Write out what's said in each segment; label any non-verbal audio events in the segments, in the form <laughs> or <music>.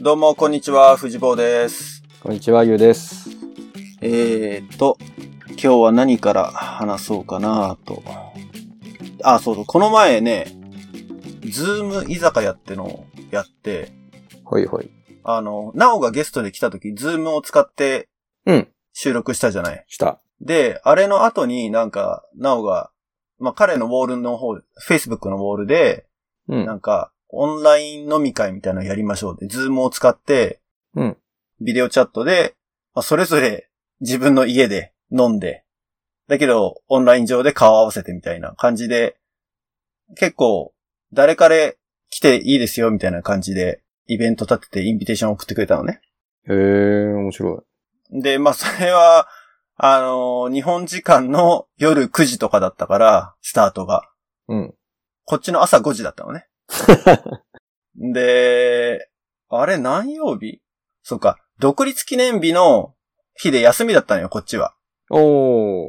どうも、こんにちは、藤坊です。こんにちは、ゆうです。えーっと、今日は何から話そうかなと。あ、そうそう、この前ね、ズーム居酒屋ってのをやって、ほいほい。あの、なおがゲストで来た時、ズームを使ってうん。収録したじゃない。した。で、あれの後になんか、なおが、まあ、彼のウォールの方、Facebook のウォールで、う。なんんか、オンライン飲み会みたいなのやりましょうって、ズームを使って、うん。ビデオチャットで、まあ、それぞれ自分の家で飲んで、だけど、オンライン上で顔合わせてみたいな感じで、結構、誰彼来ていいですよみたいな感じで、イベント立ててインビテーション送ってくれたのね。へえ、面白で、まあ、それは、あのー日本時間の夜9時とかだったから、スタートが。い。うん。こっちの朝5時だったの <laughs> ね。で、あれ何曜日そうか、独立記念日の日で休みだったのよ、こっちは。おー。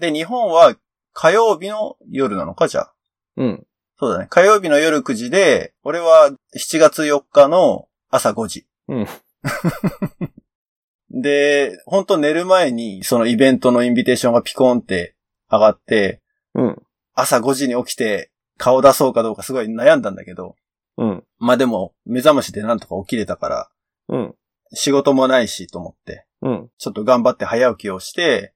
で、日本は火曜日の夜なのか、じゃあ。うん。そうだね。火曜日の夜9時で、俺は7月4日の朝5時。うん。 <laughs> で、ほんと寝る前に、そのイベントのインビテーションがピコンって上がって、うん。朝5時に起きて顔出そうかどうかすごい悩んだんだけど、うん。まあでも目覚ましでなんとか起きれたから、うん。仕事もないしと思って、 <laughs> うん。ちょっと頑張って早起きをして、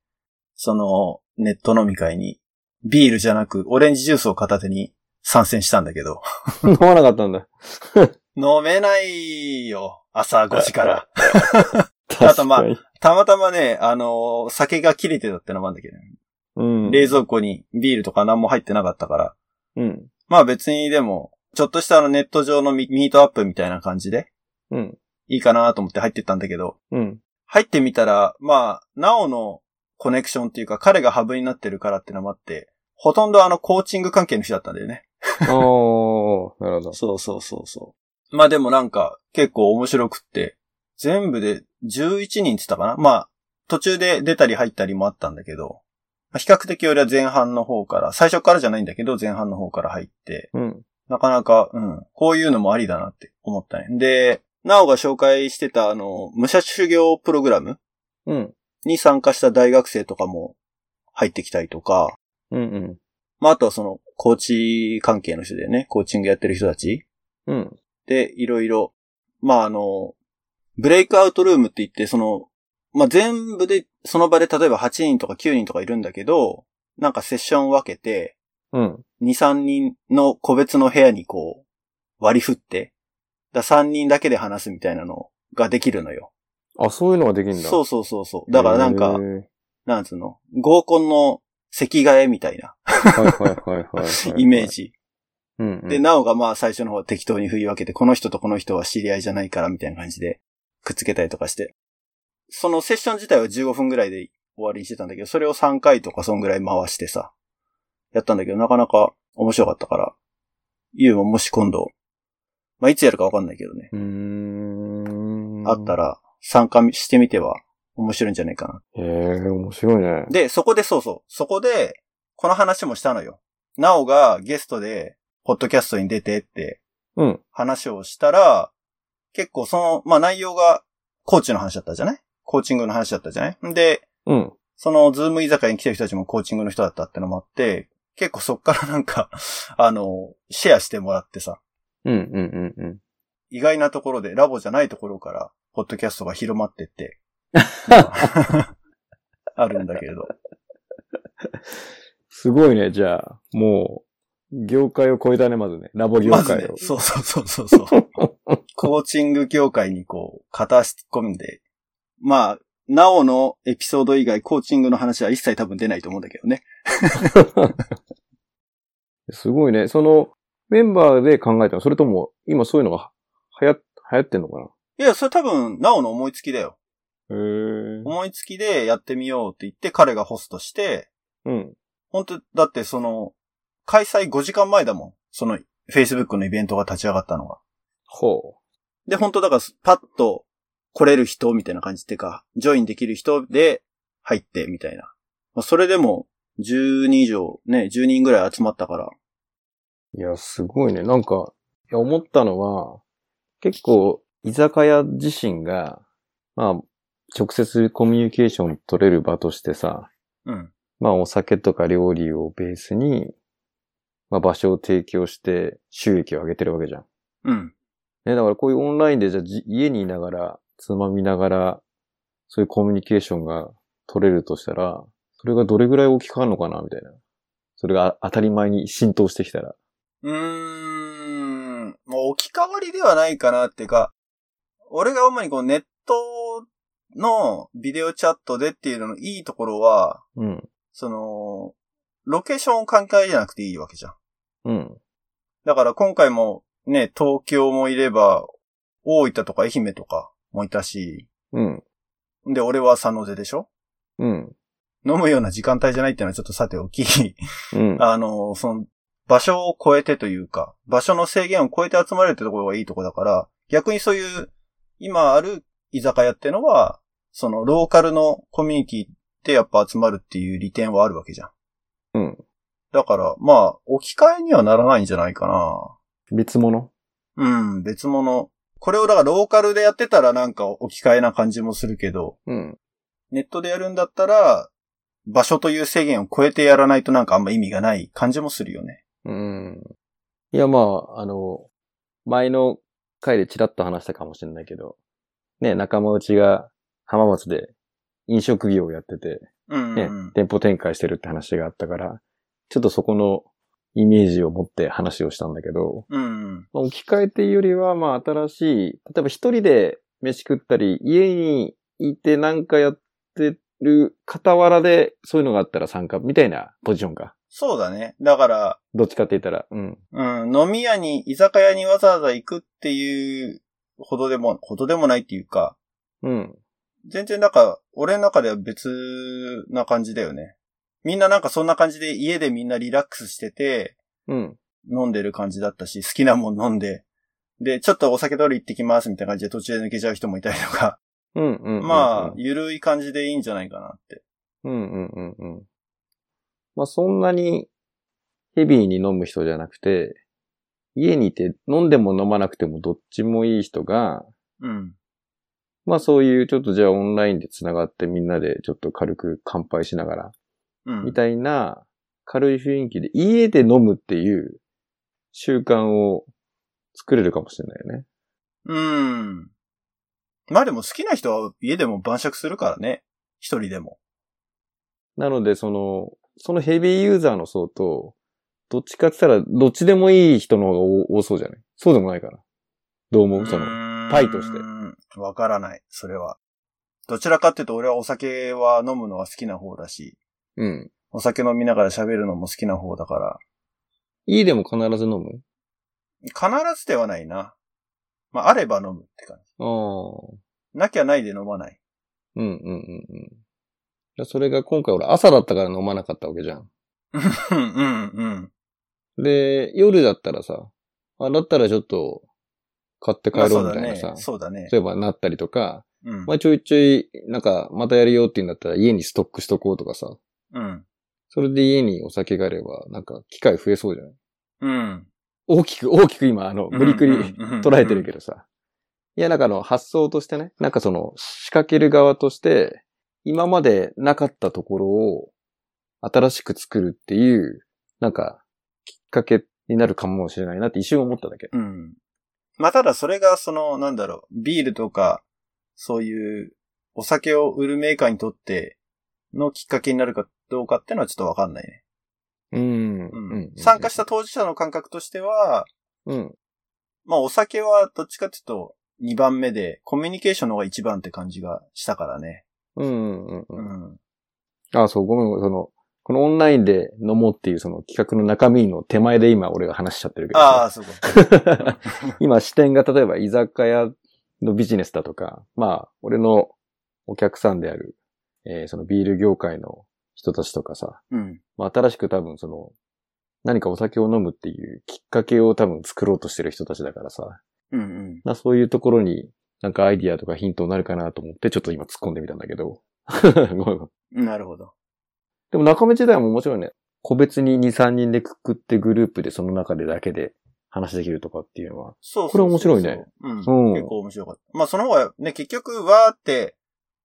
そのネット飲み会にビールじゃなくオレンジジュースを片手に参戦したんだけど、 <laughs> 飲まなかったんだ。飲めないよ、朝5時から。 <laughs> あ確とまあかに。たまたまね、あのー酒が切れてたってのもあるんだけど、ね、うん。冷蔵庫にビールとか何も入ってなかったから、うん。まあ別にでも、ちょっとしたあのネット上のミミートアップみたいな感じで、うん。いいかなと思って入ってったんだけど、うん。入ってみたら、まあ、なおのコネクションっていうか、彼がハブになってるからってのもあって、ほとんどあのコーチング関係の人だったんだよね。おー。なるほど。そうそうそうそう。まあでもなんか、結構面白くって、全部で11人って言ったかなまあ、途中で出たり入ったりもあったんだけど、まあ比較的俺は前半の方から、最初からじゃないんだけど、前半の方から入って、うん。なかなか、うん、こういうのもありだなって思ったね。で、なおが紹介してた、あの、武者修行プログラムうん。に参加した大学生とかも入ってきたりとか、うん。うん。まあ、あとはその、コーチ関係の人だよね。コーチングやってる人たち。うん。で、いろいろ、まあ、あの、ブレイクアウトルームって言って、その、まあ、全部で、その場で例えば8人とか9人とかいるんだけど、なんかセッション分けて、うん。 2、3人の個別の部屋にこう、割り振って、だ3人だけで話すみたいなのができるのよ。あ、そういうのができるんだ。そうそうそうそう。だからなんへかー、なんつうの、合コンの席替えみたいなはいはいはいはいはいはい。 <laughs> イメー。ジ。うん。で、、なおがまあ最初の方は適当に振り分けて、この人とこの人は知り合いじゃないからみたいな感じでくっつけたりとかして。そのセッション自体は15分ぐらいで終わりにしてたんだけど、それを3回とかそんぐらい回してさ、やったんだけど、なかなか面白かったから、ゆうももし今度、まあいつやるかわかんないけどね、うーん。あった。ら参加してみては面白いんじゃないかな。へえ、面白いね。で、そこでそうそう、そこで、この話もしたのよ。なおがゲストで、ポッドキャストに出てって、うん。話をしたら、結構その、まあ、内容が、コーチの話だったじゃないコーチングの話だったじゃないんで、うん。その、ズーム居酒屋に来てる人たちもコーチングの人だったってのもあって、結構そっから <laughs> なんか、あの、シェアしてもらってさ、うん。うん。うん。うん。意外なところで、ラボじゃないところから、ポッドキャストが広まってって、 <laughs> あるんだけれど。すごいね、じゃあ、もう、業界を超えたね、まずね。ラボ業まず界ねを。、そうそうそうそう <laughs> そう。コーチング業界にこう、片足突っ込んで、まあ、なおのエピソード以外、コーチングの話は一切多分出ないと思うんだけどね。 <laughs> すごいね。その、メンバーで考えたのそれとも、今そういうのが流行、流行ってんのかないや、それ多分、なおの思いつきだよ。へえ。思いつきでやってみようって言って、彼がホストして、うん。本当だってその、開催5時間前だもん。その、Facebook のイベントが立ち上がったのが。ほで、本当だから、パッと来れる人みたいな感じっていうか、ジョインできる人で入ってみたいな。まあ、それでも10人以上、ね、10人ぐらい集まったから。う。いや、すごいね。なんか、いや、思ったのは、結構、居酒屋自身が、まあ、直接コミュニケーション取れる場としてさ、うん。まあお酒とか料理をベースに、まあ場所を提供して収益を上げてるわけじゃん。うん。ね、だからこういうオンラインでじゃあじ家にいながら、つまみながら、そういうコミュニケーションが取れるとしたら、それがどれぐらい大きくあるのかな、みたいな。それが当たり前に浸透してきたら。うーん。もう置き換わりではないかなっていうか、俺が主にこうネットのビデオチャットでっていうののいいところは、うん。その、ロケーション関係じゃなくていいわけじゃん。うん。だから今回もね、東京もいれば、大分とか愛媛とかもいたし、うん。で、俺は佐野瀬でしょうん。飲むような時間帯じゃないっていうのはちょっとさておき、 <laughs> うん。あの、その、場所を超えてというか、場所の制限を超えて集まれるってところがいいとこだから、逆にそういう、今ある居酒屋ってのは、そのローカルのコミュニティでやっぱ集まるっていう利点はあるわけじゃん。うん。だから、まあ、置き換えにはならないんじゃないかな。別物うん、別物。これをだからローカルでやってたらなんか置き換えな感じもするけど、うん。ネットでやるんだったら、場所という制限を超えてやらないとなんかあんま意味がない感じもするよね。うん。いや、まあ、あの、前の回でちらっと話したかもしれないけど、ね、仲間内が浜松で飲食業をやってて、うん、うんね、店舗展開してるって話があったから、ちょっとそこのイメージを持って話をしたんだけど、うん。まあ置き換えっていうよりは、まあ新しい、例えば一人で飯食ったり、家にいてなんかやってる傍らで、そういうのがあったら参加みたいなポジションか。そうだね。だから、どっちかって言ったら、うん。うん、飲み屋に、居酒屋にわざわざ行くっていうほどでも、ほどでもないっていうか、うん。全然なんか、俺の中では別な感じだよね。みんななんかそんな感じで家でみんなリラックスしてて、うん。飲んでる感じだったし、好きなもん飲んで、で、ちょっとお酒通り行ってきますみたいな感じで途中で抜けちゃう人もいたりとか、うん。うん。まあ、ゆるい感じでいいんじゃないかなって。うんうんうんうん。まあそんなにヘビーに飲む人じゃなくて、家にいて飲んでも飲まなくてもどっちもいい人が、うん。まあそういうちょっとじゃあオンラインで繋がってみんなでちょっと軽く乾杯しながら、うん。みたいな軽い雰囲気で家で飲むっていう習慣を作れるかもしれないよね。うん。まあでも好きな人は家でも晩酌するからね。一人でも。なのでその、そのヘビーユーザーの層と、どっちかって言ったらどっちでもいい人の方が多多そうじゃないそうでもないから。どう思うその、パイとしてて。わからない、それは。どちらかっていうと俺はお酒は飲むのは好きな方だし、うん。お酒飲みながら喋るのも好きな方だから、家でも必ず飲む必ずではないな。まあ、あれば飲むって感ああ。じ。なきゃないで飲まない。うんうんうんうんで。それが今回俺朝だったから飲まなかったわけじゃん。うん、うん、うん。で、夜だったらさ、あ、だったらちょっと買って帰まあろそううみだたいなねさ。。そうだね。例えばなったりとか、うんま。あちょいちょい、なんか、またやるよって言うんだったら家にストックしとこうとかさ。うん。それで家にお酒があれば、なんか、機会増えそうじゃないうん。大きく、大きく今、あの、無理くり、捉えてるけど。どさ。いや、なんかあの、発想としてね、なんかその、仕掛ける側として、今までなかったところを新しく作るっていう、なんか、きっかけになるかもしれないなって一瞬思っただけ。うん。まあ、ただそれが、その、なんだろう、ビールとか、そういう、お酒を売るメーカーにとってのきっかけになるかどうかってのはちょっとわかんないね。うんうん。参加した当事者の感覚としては、うん。まあ、お酒はどっちかっていうと、2番目で、コミュニケーションの方が1番って感じがしたからね。うん、うん、ううん。ん。あそう、ごめん、その、このオンラインで飲もうっていうその企画の中身の手前で今俺が話しちゃってるけどあさ。あ、そうか。 <laughs> 今視点が例えば居酒屋のビジネスだとか、まあ、俺のお客さんである、えーそのビール業界の人たちとかさ、うん。まあ、新しく多分その、何かお酒を飲むっていうきっかけを多分作ろうとしてる人たちだからさ、うんうん。まあそういうところになんかアイディアとかヒントになるかなと思ってちょっと今突っ込んでみたんだけど。 <laughs> ごめんごめんなるほど。でも中身自体も面白いね。個別に2、3人でくくってグループでその中でだけで話できるとかっていうのは。そうそうそうそうこれ面白いね。うん。うん結構面白かった。まあその方がね、結局わーって、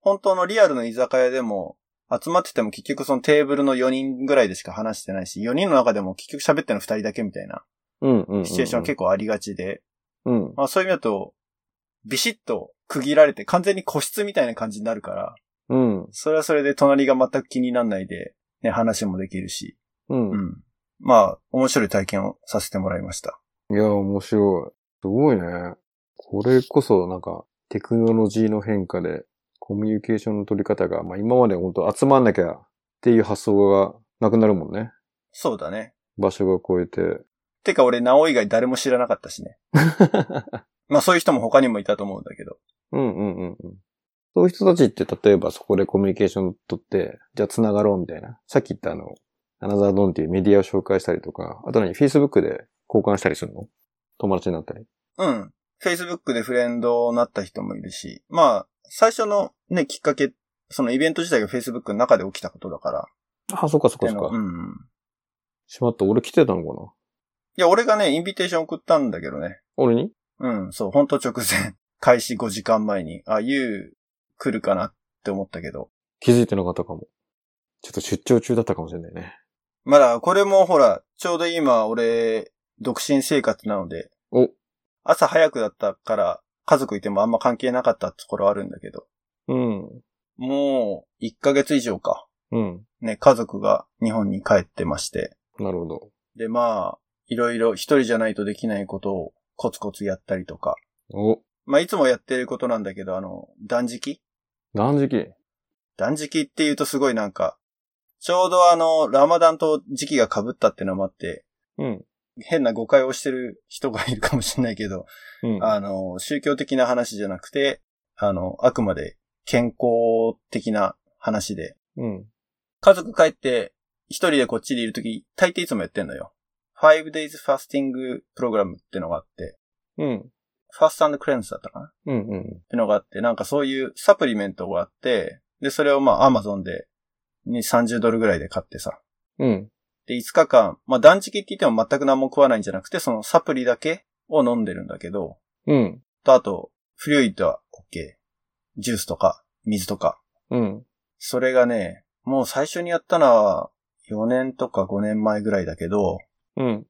本当のリアルの居酒屋でも、集まってても結局そのテーブルの4人ぐらいでしか話してないし、4人の中でも結局喋ってるの2人だけみたいなうんうんうん、うん。シチュエーションは結構ありがちで、うん。まあそういう意味だと、ビシッと区切られて完全に個室みたいな感じになるから、うん。それはそれで隣が全く気にならないで、ね、話もできるし、うんう。ん。まあ、面白い体験をさせてもらいました。いや、面白い。すごいね。これこそなんかテクノロジーの変化でコミュニケーションの取り方が、まあ今まで本当集まんなきゃっていう発想がなくなるもんね。そうだね。場所が超 <laughs> えて。てか俺、ナオ以外誰も知らなかったしね。まあそういう人も他にもいたと思うんだけど。うんうんうんうん。そういう人たちって例えばそこでコミュニケーション取って、じゃあ繋がろうみたいな。さっき言ったあの、アナザードンっていうメディアを紹介したりとか、あと何 ?Facebook で交換したりするの友達になったり。うん。Facebook でフレンドになった人もいるし、まあ、最初のね、きっかけ、そのイベント自体が Facebook の中で起きたことだから。あ、そっかそっかそっでか。うん。いしまった。俺来てたのかなや、俺がね、インビテーション送ったんだけどね。俺にうん、そう、ほんと直前。 <laughs> 開始5時間前に、あ、ゆう来るかなって思ったけど。気づいてなかったかも。ちょっと出張中だったかもしれないね。まだ、これもほら、ちょうど今、俺、独身生活なので、お朝早くだったから、家族いてもあんま関係なかったところあるんだけど、うん。もう、1ヶ月以上か。うん。ね、家族が日本に帰ってまして。なるほど。で、まあ、いろいろ一人じゃないとできないことをコツコツやったりとか。お、まあ、いつもやってることなんだけど、あの、断食断食。断食って言うとすごいなんか、ちょうどあの、ラマダンと時期が被ったってのもあって、うん。変な誤解をしてる人がいるかもしれないけど、うん。あの、宗教的な話じゃなくて、あの、あくまで健康的な話で、うん。家族帰って一人でこっちにいるとき、大抵いつもやってんのよ。5 days fasting プログラムってのがあって、うん。 fast and cleanse だったかなうん。うん。ってのがあって、なんかそういうサプリメントがあって、で、それをまあ Amazon でに30ドルぐらいで買ってさ。うん。で、5日間、まあ断食って言っても全く何も食わないんじゃなくて、そのサプリだけを飲んでるんだけど、うん。とあと、フルイッドは OK。ジュースとか、水とか。うん。それがね、もう最初にやったのは4年とか5年前ぐらいだけど、うん。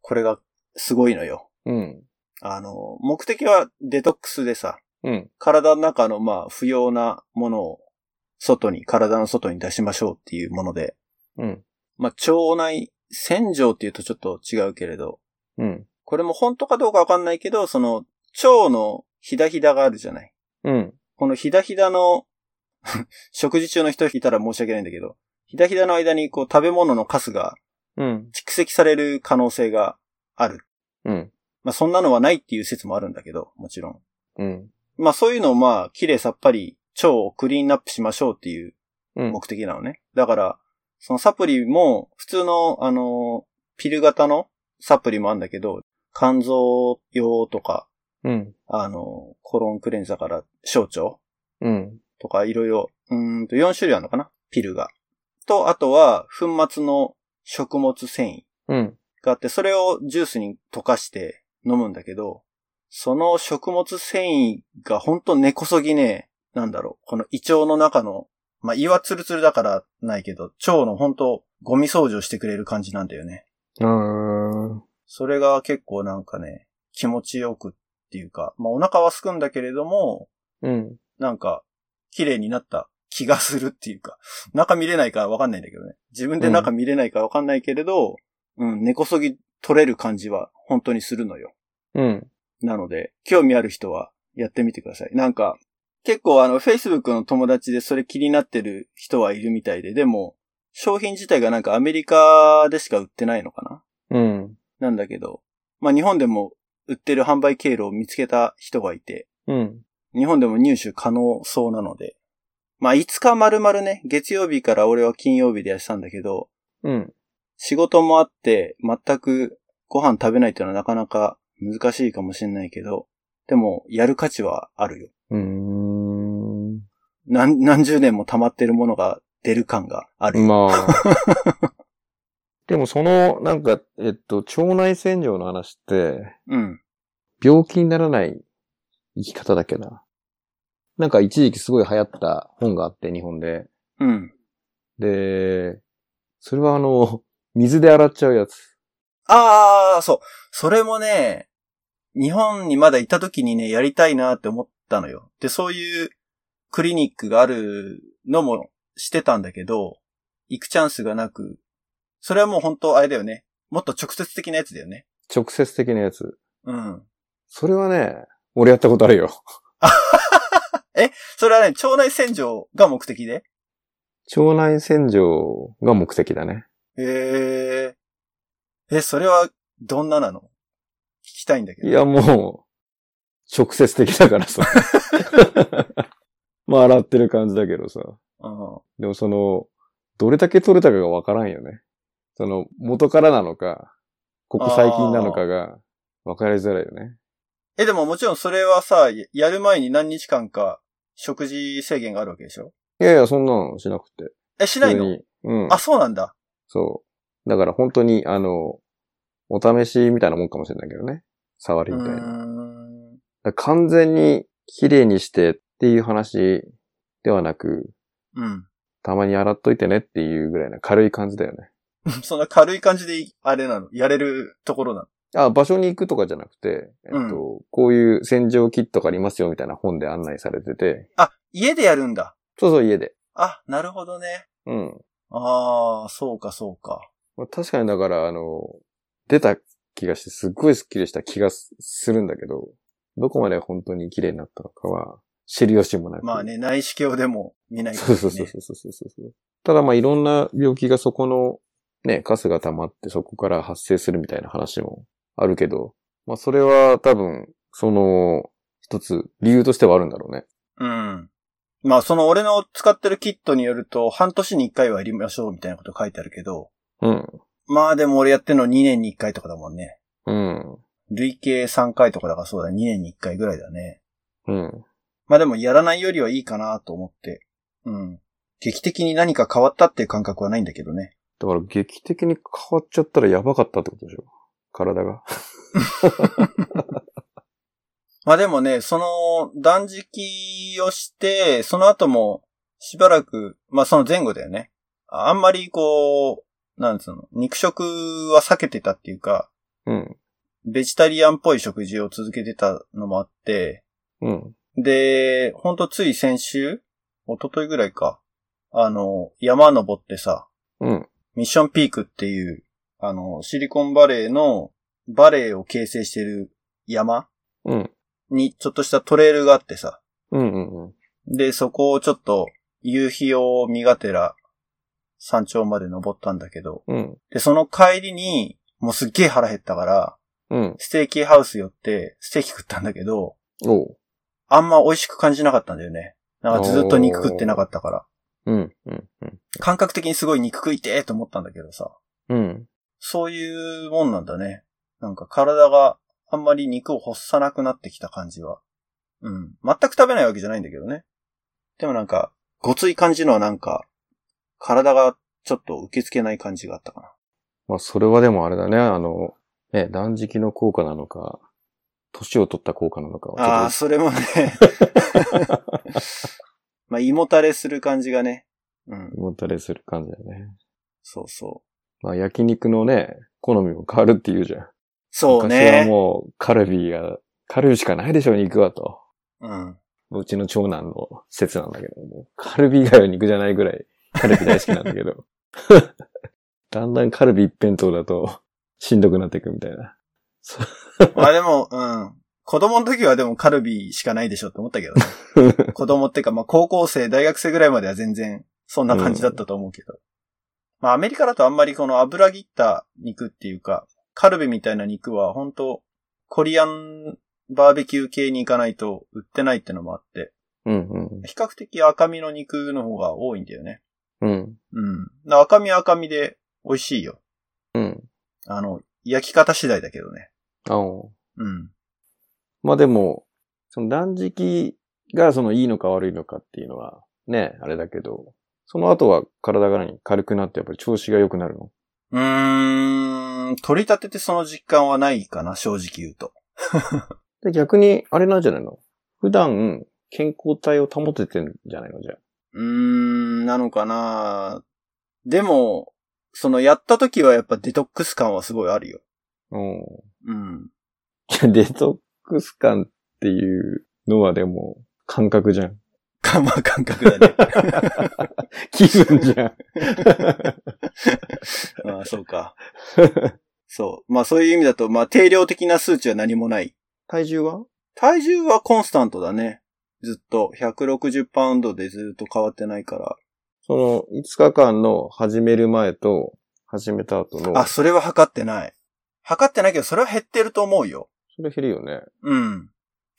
これがすごいのよ。うん。あの、目的はデトックスでさ、うん。体の中のまあ不要なものを外に、体の外に出しましょうっていうもので、うん。まあ腸内洗浄っていうとちょっと違うけれど、うん。これも本当かどうかわかんないけど、その腸のひだひだがあるじゃない。うん。このひだひだの、 <laughs> 食事中の人いたら申し訳ないんだけど、ひだひだの間にこう食べ物のカスがうん。蓄積される可能性がある。うん。まあそんなのはないっていう説もあるんだけど、もちろん。うん。まあそういうのをまあ、綺麗さっぱり、腸をクリーンアップしましょうっていううん。目的なのね。だから、そのサプリも、普通の、あの、ピル型のサプリもあるんだけど、肝臓用とか、うん。あの、コロンクレンザから小腸うん。とかいろいろ、うーんと4種類あるのかなピルが。と、あとは、粉末の食物繊維うん。があって、それをジュースに溶かして飲むんだけど、その食物繊維がほんと根こそぎね、なんだろう、この胃腸の中の、まあ、胃はツルツルだからないけど、腸のほんとゴミ掃除をしてくれる感じなんだよね。あそれが結構なんかね、気持ちよくっていうか、まあ、お腹はすくんだけれども、うん。なんか、綺麗になった気がするっていうか、 <laughs> 中見れないからわかんないんだけどね。自分で中見れないからわかんないけれど、うん、根こそぎ取れる感じは本当にするのよ。うん。なので、興味ある人はやってみてください。なんか、結構あの、Facebook の友達でそれ気になってる人はいるみたいで、でも、商品自体がなんかアメリカでしか売ってないのかなうん。なんだけど、まあ日本でも売ってる販売経路を見つけた人がいて、うん。日本でも入手可能そうなので。まあ、5日丸々ね、月曜日から俺は金曜日でやってたんだけど、うん。仕事もあって、全くご飯食べないっていうのはなかなか難しいかもしれないけど、でも、やる価値はあるよ。うん。何、何十年も溜まってるものが出る感がある。まあ。 <laughs> でもその、なんか、えっと、腸内洗浄の話って、うん。病気にならない生き方だっけな。なんか一時期すごい流行った本があって、日本で。うん。で、それはあの、水で洗っちゃうやつ。ああ、そう。それもね、日本にまだいた時にね、やりたいなって思ったのよ。で、そういうクリニックがあるのもしてたんだけど、行くチャンスがなく、それはもう本当あれだよね。もっと直接的なやつだよね。直接的なやつ。うん。それはね、俺やったことあるよ。それはね、腸内洗浄が目的で。腸内洗浄が目的だね。ええ。え、それはどんななの聞きたいんだけど。いや、もう、直接的だからさ。まあ、洗ってる感じだけどさ。うん。でもその、どれだけ取れたかがわからんよね。その、元からなのか、ここ最近なのかが、わかりづらいよね。え、でももちろんそれはさ、ややる前に何日間か食事制限があるわけでしょいやいや、そんなのしなくて。え、しない普通のにうん。あ、そうなんだ。そう。だから本当に、あの、お試しみたいなもんかもしれないけどね。触りうみたいな。だかーん。ら完全に綺麗にしてっていう話ではなく、うん。 <laughs> たまに洗っといてねっていうぐらいな軽い感じだよね。そんな軽い感じで、あれなのやれるところなの。あ、場所に行くとかじゃなくて、えっと、こういう洗浄キットがありますよみたいな本で案内されてて、あ、家でやるんだ。そうそう家で。あ、なるほどね。うん。ああ、そうか、そうか。まあ確かにだから、あの、出た気がして、すっごいスッキリした気がすするんだけど、どこまで本当に綺麗になったのかは、知る由もなく。まあ。ね、内視鏡でも見ないそうね。そうそうそうそうそうそう。ただまあいろんな病気がそこの、ね、カスが溜まってそこから発生するみたいな話もあるけど、まあそれは多分、その、一つ理由としてはあるんだろうね。うん。まあ、その俺の使ってるキットによると、半年に一回はやりましょうみたいなこと書いてあるけど、うん。まあでも俺やってるの2年に1回とかだもんね。うん。累計3回とかだからそうだ、2年に1回ぐらいだね。うん。まあでもやらないよりはいいかなと思って。うん。劇的に何か変わったっていう感覚はないんだけどね。だから劇的に変わっちゃったらやばかったってことでしょ体が。まあでもね、その断食をして、その後もしばらく、まあその前後だよね。ああんまりこう、なんつうの、肉食は避けてたっていうか、うん。ベジタリアンっぽい食事を続けてたのもあって、うん。で、ほんとつい先週一昨日ぐらいか。あの、山登ってさ、うん。ミッションピークっていう、あの、シリコンバレーのバレーを形成してる山うん。にちょっとしたトレイルがあってさ。うん。うん。うんで、そこをちょっと夕日を身がてら山頂まで登ったんだけど、うん。で、その帰りに、もうすっげえ腹減ったから、うん。ステーキハウス寄ってステーキ食ったんだけど、おう。あんま美味しく感じなかったんだよね。なんかずっと肉食ってなかったから。うん。うん。うん。感覚的にすごい肉食いてーと思ったんだけどさ。うん。そういうもんなんだね。なんか体があんまり肉を欲さなくなってきた感じは。うん。全く食べないわけじゃないんだけどね。でもなんか、ごつい感じのはなんか、体がちょっと受け付けない感じがあったかな。まあ、それはでもあれだね。あの、ね、断食の効果なのか、年を取った効果なのかああー、はちそれもね。 <laughs> まあ、胃もたれする感じがね。うんょっと、。もたれする感じだよね。そうそう。まあ、焼肉のね、好みも変わるって言うじゃん。そう昔はね。もう、カルビが、カルビしかないでしょ、肉はと。うん。うちの長男の説なんだけども、カルビ以外は肉じゃないぐらい、カルビ大好きなんだけど。 <laughs> だんだんカルビ一辺倒だと、しんどくなっていくみたいな。まあでも、うん。子供の時はでもカルビしかないでしょって思ったけどね。子供っていうか、まあ高校生、大学生ぐらいまでは全然そんな感じだったと思うけど。まあアメリカだとあんまりこの油切った肉っていうか、カルビみたいな肉は本当コリアンバーベキュー系に行かないと売ってないってのもあって、うんうん。比較的赤身の肉の方が多いんだよね。うん。うん。だ赤身は赤身で美味しいよ。うん。あの、焼き方次第だけどね。あおうん。まあでも、その断食がそのいいのか悪いのかっていうのは、ね、あれだけど、その後は体が何軽くなってやっぱり調子が良くなるのうーん、取り立ててその実感はないかな、正直言うと。で逆に、あれなんじゃないの普段、健康体を保ててんじゃないのじゃあ。うーん、なのかなでも、そのやった時はやっぱデトックス感はすごいあるよ。うん。うん。 <laughs> デトックス感っていうのはでも、感覚じ <laughs> ゃん。か、 <laughs> まあ感覚だね。気分じゃん。ま <laughs> あそう <laughs> か。そう。まあそういう意味だと、まあ定量的な数値は何もない。 <laughs> 体重は体重はコンスタントだね。ずっと。160パウンドでずっと変わってないから。その、5日間の始める前と、始めた後の、あ、それは測ってない。測ってないけど、それは減ってると思うよ。それ減るよね。うん。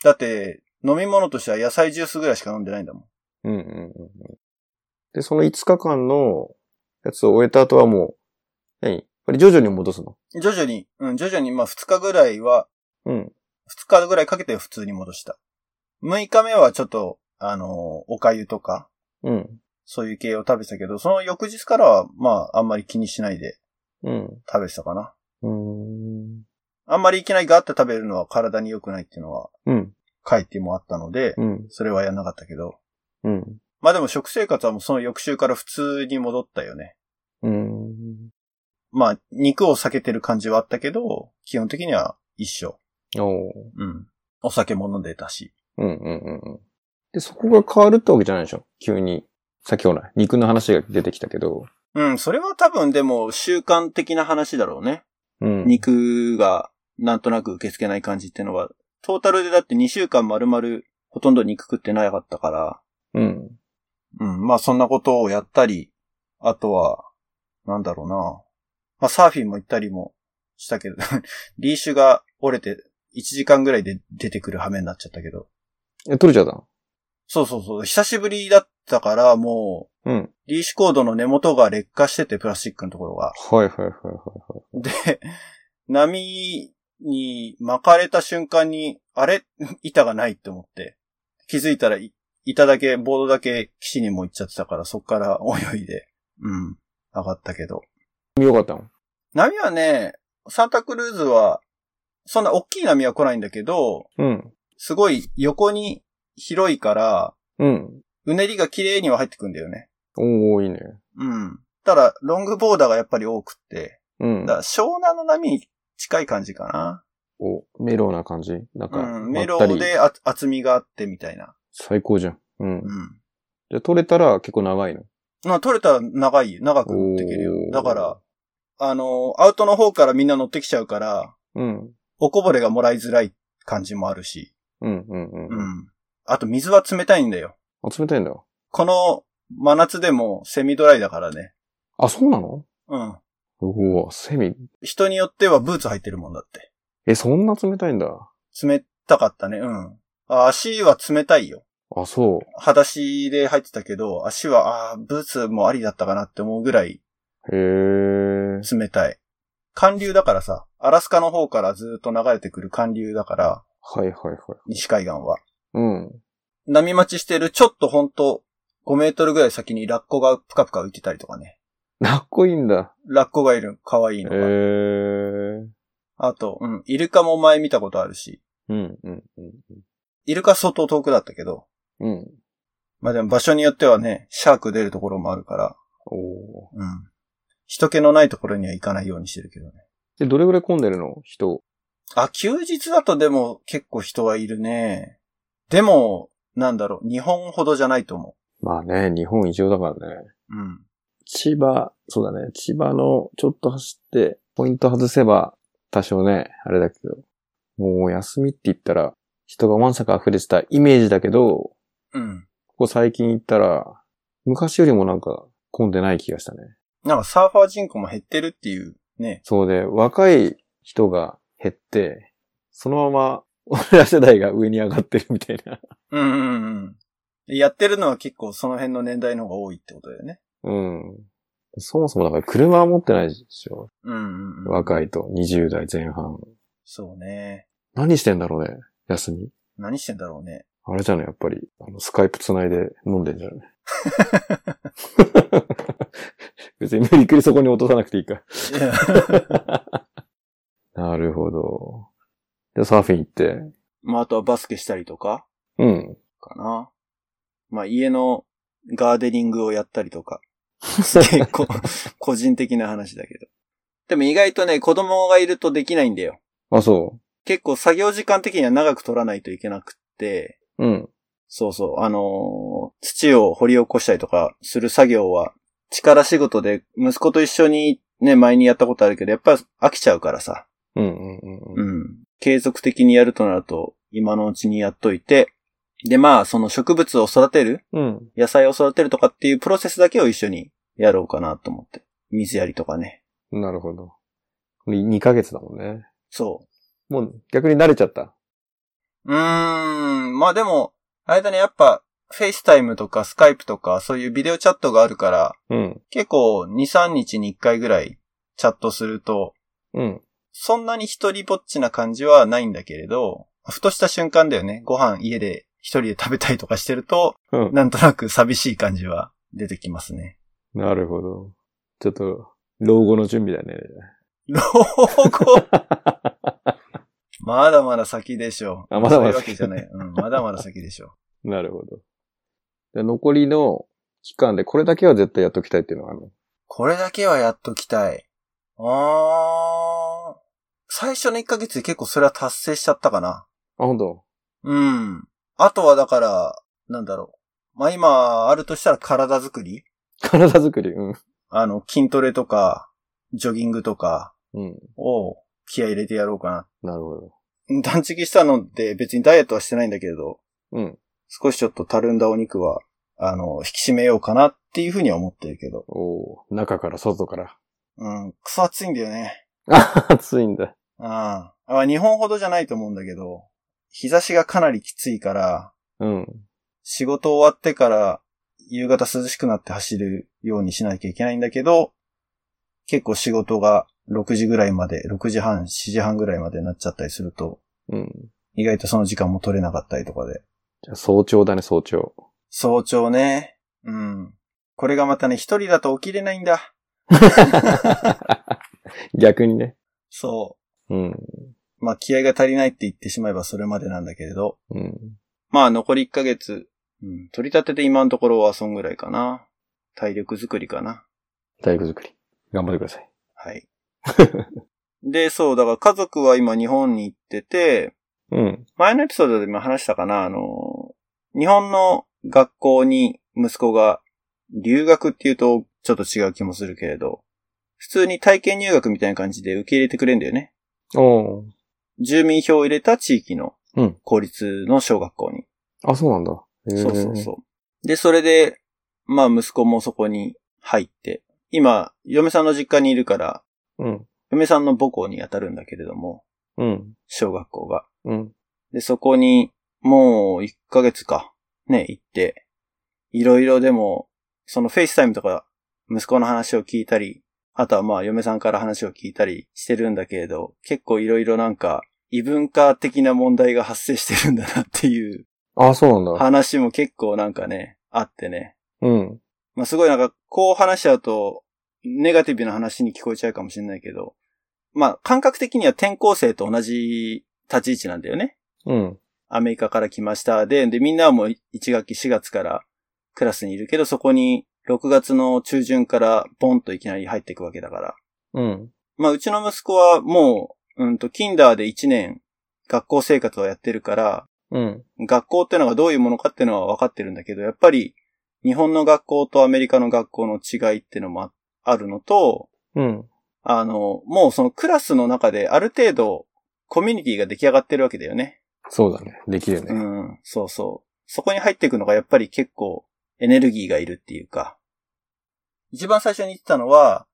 だって、飲み物としては野菜ジュースぐらいしか飲んでないんだもん。うんうんうんうん。で、その5日間のやつを終えた後はもう、何これ徐々に戻すの徐々に、うん、徐々に、まあ2日ぐらいは、うん。 2日ぐらいかけて普通に戻した。6日目はちょっと、あのーお粥とか、うん。そういう系を食べてたけど、その翌日からは、まあ、あんまり気にしないでうん。食べてたかな。うーん。あんまりいきなりガーッと食べるのは体に良くないっていうのはうん。書いてもあったので、うん。それはやんなかったけど。うん。まあでも食生活はもうその翌週から普通に戻ったよね。うん。まあ、肉を避けてる感じはあったけど、基本的には一緒。おーうん。お酒も飲んでたし。うんうんうんうん。で、そこが変わるってわけじゃないでしょ急に。さっきほら、肉の話が出てきたけど。うん、それは多分でも習慣的な話だろうね。うん。肉がなんとなく受け付けない感じっていうのは、トータルでだって2週間丸々ほとんど肉食ってなかったから、うん。うん、まあそんなことをやったり、あとは、なんだろうな。まあサーフィンも行ったりもしたけど、 <laughs> リーシュが折れて1時間ぐらいで出てくる羽目になっちゃったけど。え、取れちゃったのそうそうそう、久しぶりだったからもうん。う、リーシュコードの根元が劣化してて、プラスチックのところが。はいはいはいはい。で、 <laughs> 波に巻かれた瞬間に、あれ <laughs> 板がないって思って。気づいたらい、板だけ、ボードだけ岸にも行っちゃってたから、そっから泳いで、うん、上がったけど。見よかったの波はね、サンタクルーズは、そんな大きい波は来ないんだけど、うん。すごい横に広いから、うん。うねりが綺麗には入ってくんだよね。おー、いいね。うん。ただ、ロングボーダーがやっぱり多くって、うんだか。ら湘南の波に近い感じかな。お、メロウな感じなんか、うん、まメっロたウり。であ厚みがあってみたいな。最高じゃん。ううん。ん。じゃあ取れたら結構長いの。まあ、取れたら長い、長く乗ってけるおよ。ーだから、あの、アウトの方からみんな乗ってきちゃうから、うん。おこぼれがもらいづらい感じもあるし。うん、うん、うん。ううん、ん。あと、水は冷たいんだよ。集めたいんだ。この真夏でもセミドライだからね。あ、そうなのうん。うわ、セミ。人によってはブーツ履いてるもんだって。え、そんな冷たいんだ。冷たかったね、うん。あ足は冷たいよ。あ、そう。裸足で入ってたけど、足は、ああ、ブーツもありだったかなって思うぐらいへえ。冷たい。寒流だからさ、アラスカの方からずっと流れてくる寒流だから、はいはいはい。西海岸は。うん。波待ちしてるちょっとほんと5メートルぐらい先にラッコがぷかぷか浮いてたりとかね。 <laughs> かっこいいんだ。ラッコがいる、可愛いへえの。が。あと、うん、イルカも前見たことあるし、うん、うん、うん。イルカ相当遠くだったけど、うん。まあでも場所によってはね、シャーク出るところもあるから、おーうん。人気のないところには行かないようにしてるけどね。で、どれぐらい混んでるの人。あ、休日だとでも結構人はいるね。でも、なんだろう、日本ほどじゃないと思まあね、日本異常だからね。う。うん。千葉、そうだね、千葉のちょっと走って、ポイント外せば、多少ね、あれだけど、もう休みって言ったら、人がわんさか溢れてたイメージだけど、うん。ここ最近行ったら、昔よりもなんか混んでない気がしたね。なんかサーファー人口も減ってるっていうね。そうで、若い人が減って、そのまま、俺ら世代が上に上がってるみたいな。うんうんうん。やってるのは結構その辺の年代の方が多いってことだよね。うん。そもそもだから車は持ってないでしょ。うんうんうん。若いと、20代前半。そうね。何してんだろうね、休み。何してんだろうね。 <laughs> あれじゃないやっぱり、あの、スカイプ繋いで飲んでんじゃない <laughs> 別別に無理くりそこに落とさなくていいか。いやなるほど。で、サーフィン行って。まあ、あとはバスケしたりとか、うん。かな。まあ、家のガーデニングをやったりとか。結構、個人的な話だけど。でも意外とね、子供がいるとできないんだよ。あ、そ結構作業時間的には長く取らないといけなくって、う。うん。そうそう、あのー土を掘り起こしたりとかする作業は、力仕事で息子と一緒にね、前にやったことあるけど、やっぱ飽きちゃうからさ。うんうんうんううん。ん。継続的にやるとなると、今のうちにやっといて、で、まあ、その植物を育てる、うん。野菜を育てるとかっていうプロセスだけを一緒にやろうかなと思って。水やりとかね。なるほど。これ2ヶ月だもんね。そもう逆に慣れちゃった。う。うーん、まあでも、あれだね、やっぱ、フェイスタイムとかスカイプとか、そういうビデオチャットがあるから、うん。結構2、3日に1回ぐらいチャットすると、うん。そんなに一人ぼっちな感じはないんだけれど、ふとした瞬間だよね。ご飯家で一人で食べたりとかしてると、うん。なんとなく寂しい感じは出てきますね。なるほど。ちょっと、老後の準備だね。老後まだまだ先でしょう。あまだまそういだうわけじゃない。うん、まだまだ先でしょなるほど。で残りの期間でこれだけは絶対やっときたいっていうのがあるの。う。これだけはやっときたい。あー。最初の1ヶ月で結構それは達成しちゃったかな。あ、本当。うん。あとはだから、なんだろう。まあ今、あるとしたら体作り体作り。うん。あの、筋トレとか、ジョギングとかうん。を気合い入れてやろうかなるほど。な。断食したので別にダイエットはしてないんだけれど、うん。少しちょっとたるんだお肉は、あの、引き締めようかなっていうふうには思ってるけど。おー中から外から。 <laughs> うん、クソ暑いんだよね。あ、暑いんだ。うん。あ日本ほどじゃないと思うんだけど、日差しがかなりきついから、うん。仕事終わってから夕方涼しくなって走るようにしなきゃいけないんだけど、結構仕事が6時ぐらいまで、6時半、7時半ぐらいまでなっちゃったりすると、うん。意外とその時間も取れなかったりとかで。じゃあ早朝だね、早朝。 <laughs> 早朝ね。うん。これがまたね、一人だと起きれないんだ。逆にね。そうん。う。まあ、気合が足りないって言ってしまえばそれまでなんだけれど。うん。まあ、残り1ヶ月。うん。取り立てて今のところはそんぐらいかな。体力作りかな。体育作り。頑張ってください。 <laughs> はい。で、そう、だから家族は今日本に行ってて、うん。前のエピソードでも話したかな、あの、日本の学校に息子が留学っていうとちょっと違う気もするけれど、普通に体験入学みたいな感じで受け入れてくれんだよね。おー住民票を入れた地域のうん公立の小学校に。あ、そうなんだ。へーそうそうそう。で、それで、まあ息子もそこに入って、今、嫁さんの実家にいるから、うん。嫁さんの母校に当たるんだけれども、うん。小学校が。うん。で、そこに、もう1ヶ月か、ね、行って、いろいろでも、そのフェイスタイムとか、息子の話を聞いたり、あとはまあ嫁さんから話を聞いたりしてるんだけれど、結構いろいろなんか、異文化的な問題が発生してるんだなっていうあ、そうなんだ。話も結構なんかね、あってね。うん。まあすごいなんか、こう話しちゃうと、ネガティブな話に聞こえちゃうかもしれないけど、まあ感覚的には転校生と同じ立ち位置なんだよね。うん。アメリカから来ました。で、で、みんなはもう1学期4月からクラスにいるけど、そこに6月の中旬からボンといきなり入っていくわけだから。うん。まあ、うちの息子はもう、うんと、キンダーで1年学校生活をやってるから、うん。学校ってのがどういうものかっていうのは分かってるんだけど、やっぱり日本の学校とアメリカの学校の違いっていうのもああるのと、うん。あの、もうそのクラスの中である程度コミュニティが出来上がってるわけだよね。そうだね。できるようね。ん、そうそう。そこに入っていくのがやっぱり結構エネルギーがいるっていうか。一番最初に言ってたのは、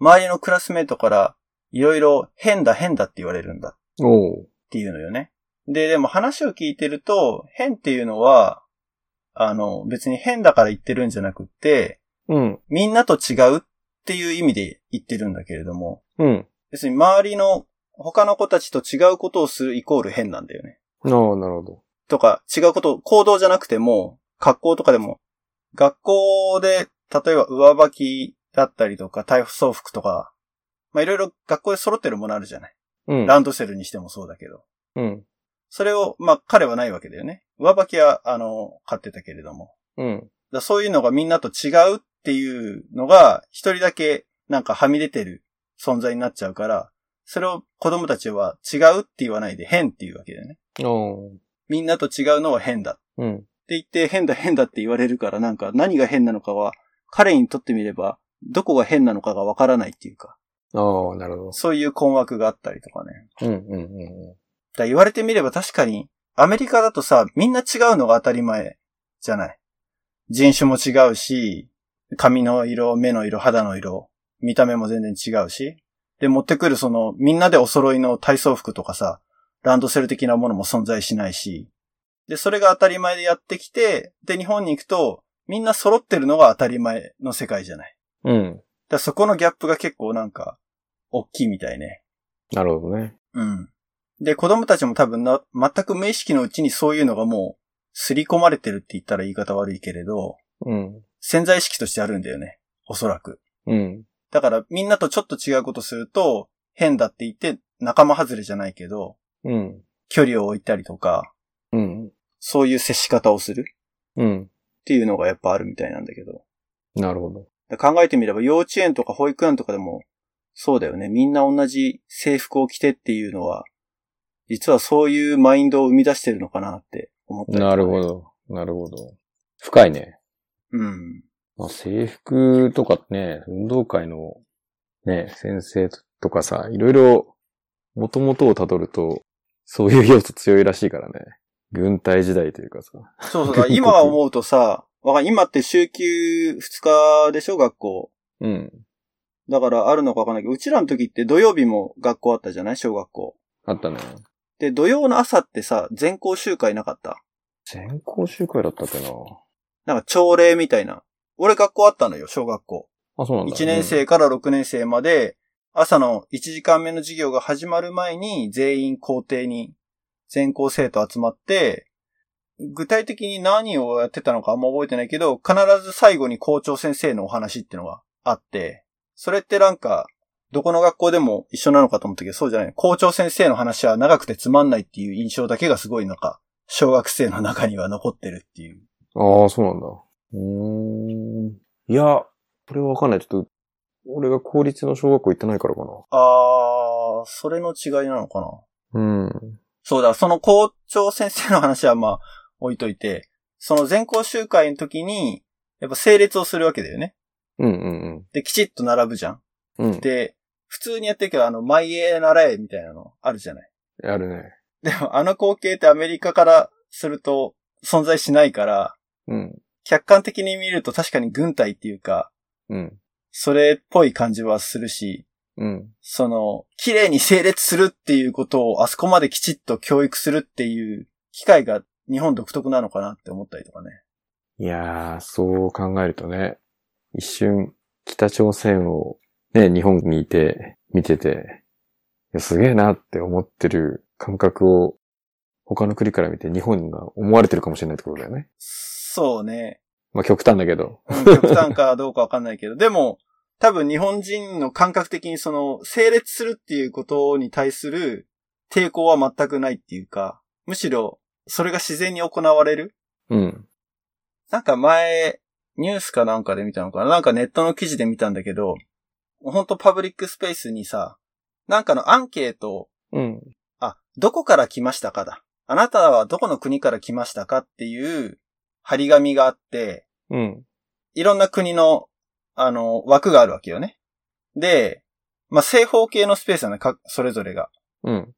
周りのクラスメートからいろいろ変だ変だって言われるんだっおう。ていうのよね。で、でも話を聞いてると、変っていうのは、あの、別に変だから言ってるんじゃなくって、うん。みんなと違うっていう意味で言ってるんだけれども、うん。別に周りの他の子たちと違うことをするイコール変なんだよね。ああ、なるほど。とか、違うこと、行動じゃなくても、格好とかでも、学校で、例えば上履きだったりとか、体操服とか、まあ、いろいろ学校で揃ってるものあるじゃない。うん。ランドセルにしてもそうだけど。うん。それを、まあ、彼はないわけだよね。上履きは、あの、買ってたけれども。うん。だそういうのがみんなと違うっていうのが、一人だけなんかはみ出てる存在になっちゃうから、それを子供たちは違うって言わないで変っていうわけだよね。おーみんなと違うのは変だうん。って言って変だ変だって言われるからなんか何が変なのかは彼にとってみればどこが変なのかがわからないっていうか、ああ、なるほそういう困惑があったりとかね。ど。うん、うん、うん。だから言われてみれば確かにアメリカだとさ、みんな違うのが当たり前じゃない。人種も違うし、髪の色、目の色、肌の色、見た目も全然違うし。で、持ってくるそのみんなでお揃いの体操服とかさ、ランドセル的なものも存在しないし。で、それが当たり前でやってきて、で、日本に行くと、みんな揃ってるのが当たり前の世界じゃない。うだん。からそこのギャップが結構なんか、大きいみたいね。なるほどね。うん。で、子供たちも多分な、全く無意識のうちにそういうのがもう、刷り込まれてるって言ったら言い方悪いけれど、うん。潜在意識としてあるんだよね。おそらく。うん。だから、みんなとちょっと違うことすると、変だって言って、仲間外れじゃないけど、うん。距離を置いたりとか、うん。そういう接し方をするうん。っていうのがやっぱあるみたいなんだけど。なるほど。だから考えてみれば、幼稚園とか保育園とかでも、そうだよね。みんな同じ制服を着てっていうのは、実はそういうマインドを生み出してるのかなって思ったりとかねなるほど。なるほど。深いね。うん。まあ、制服とかね、運動会のね、先生とかさ、いろいろ元々を辿ると、そういう要素強いらしいからね。軍隊時代というかさ。そうそう結だ。 <laughs> 構今思うとさ、わかん今って週休2日でしょ学校。うん。だからあるのかわかんないけど、うちらの時って土曜日も学校あったじゃない小学校。あったね。で、土曜の朝ってさ、全校集会なかった全校集会だったっけな。なんか朝礼みたいな。俺学校あったのよ、小学校。あ、そうなんだ。 1年生から6年生まで、朝の1時間目の授業が始まる前に、全員校庭に、全校生徒集まって、具体的に何をやってたのかあんま覚えてないけど、必ず最後に校長先生のお話っていうのがあって、それってなんか、どこの学校でも一緒なのかと思ったけど、そうじゃない。校長先生の話は長くてつまんないっていう印象だけがすごいなんか、小学生の中には残ってるっていう。ああ、そうなんだ。うーん。いや、これはわかんない。ちょっと、俺が公立の小学校行ってないからかあー、それの違いなのかな。な。うん。そうだ、その校長先生の話はまあ、置いといて、その全校集会の時に、やっぱ整列をするわけだよね。うんうんで、きちっと並ぶじゃん。うん。うん。で、普通にやってるけど、あの、前へ習えみたいなのあるじゃない。やるね。でも、あの光景ってアメリカからすると存在しないから、うん。客観的に見ると確かに軍隊っていうか、うん。それっぽい感じはするし、うん。その、綺麗に整列するっていうことをあそこまできちっと教育するっていう機会が日本独特なのかなって思ったりとかね。いやー、そう考えるとね、一瞬、北朝鮮をね、日本にいて、見てて、いやすげえなって思ってる感覚を、他の国から見て日本が思われてるかもしれないってことだよね。そうね。まあ極端だけど。うん極端かどうかわかんないけど、 <laughs> でも、多分日本人の感覚的にその、整列するっていうことに対する抵抗は全くないっていうか、むしろ、それが自然に行われるうん。なんか前、ニュースかなんかで見たのかななんかネットの記事で見たんだけど、ほんとパブリックスペースにさ、なんかのアンケートをうん。あ、どこから来ましたかだ。あなたはどこの国から来ましたかっていう張り紙があって、うん。いろんな国の、あの、枠があるわけよね。で、まあ、正方形のスペースなの、かそれぞれが。うん。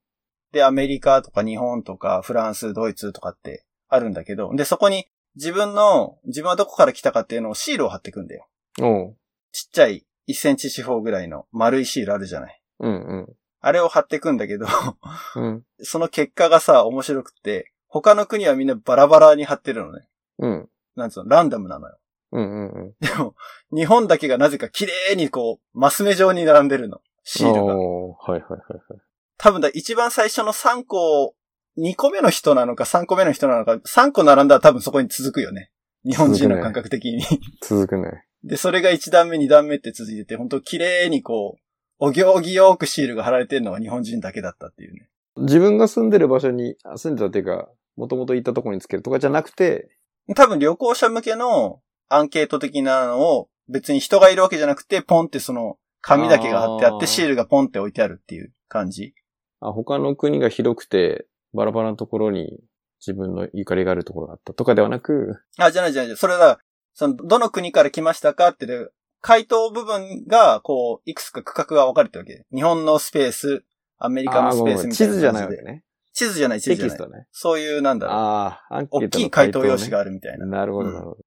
で、アメリカとか日本とかフランス、ドイツとかってあるんだけど、で、そこに自分の、自分はどこから来たかっていうのをシールを貼ってくんだよ。おう。ちっちゃい1センチ四方ぐらいの丸いシールあるじゃない。うんうん。あれを貼ってくんだけど、 <laughs> うん。その結果がさ、面白くって、他の国はみんなバラバラに貼ってるのね。うん。なんつうの、ランダムなのよ。うんうんうん。でも、日本だけがなぜか綺麗にこう、マス目状に並んでるの。シールが。おーはいはいはいはい。多分だ、一番最初の3個を、2個目の人なのか3個目の人なのか、3個並んだら多分そこに続くよね。日本人の感覚的に。続くね。 <laughs> で、それが1段目、2段目って続いてて、本当綺麗にこう、お行儀よくシールが貼られてるのは日本人だけだったっていうね。自分が住んでる場所に、あ住んでたっていうか、もともと行ったとこにつけるとかじゃなくて、多分旅行者向けのアンケート的なのを別に人がいるわけじゃなくて、ポンってその紙だけが貼ってあっあーて、シールがポンって置いてあるっていう感じ。あ他の国が広くて、バラバラのところに自分のゆかりがあるところがあったとかではなく、あ、じゃないじゃないじゃない。それだ、その、どの国から来ましたかっていう、回答部分が、こう、いくつか区画が分かれてるわけ。日本のスペース、アメリカのあースごペめんーごめスんみたいな感じで。地図じゃないわけね。地図じゃない、地テ図じゃキなスい。トね。そういう、なんだろう。ああ、アンケート大のきい回答用紙ねがあるみたいな。なるほど、うんなるほど。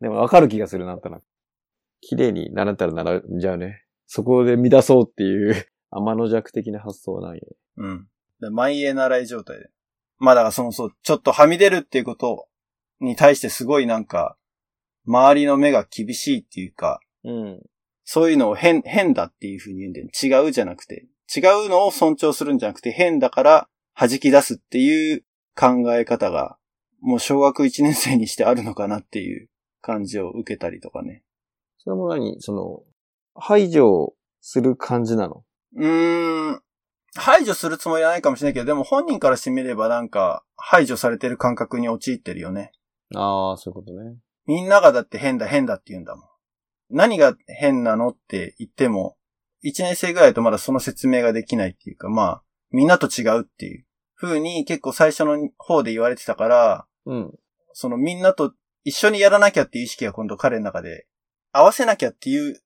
でもわかる気がするな、なんとなく。綺麗にならったらならんじゃうね。そこで乱そうっていう、 <laughs> 天の弱的な発想はないね。うん。で前へ習い状態で。まあだからそのそう、ちょっとはみ出るっていうことに対してすごいなんか、周りの目が厳しいっていうか、うん。そういうのを変、変だっていうふうに言うんだよね。違うじゃなくて。違うのを尊重するんじゃなくて、変だから弾き出すっていう考え方が、もう小学1年生にしてあるのかなっていう感じを受けたりとかね。それも何その、排除する感じなのうーん。排除するつもりはないかもしれないけど、でも本人からしてみればなんか、排除されてる感覚に陥ってるよね。ああ、そういうことね。みんながだって変だ変だって言うんだもん。何が変なのって言っても、一年生ぐらいだとまだその説明ができないっていうか、まあ、みんなと違うっていう風に結構最初の方で言われてたから、うん。そのみんなと一緒にやらなきゃっていう意識が今度彼の中で、合わせなきゃっていう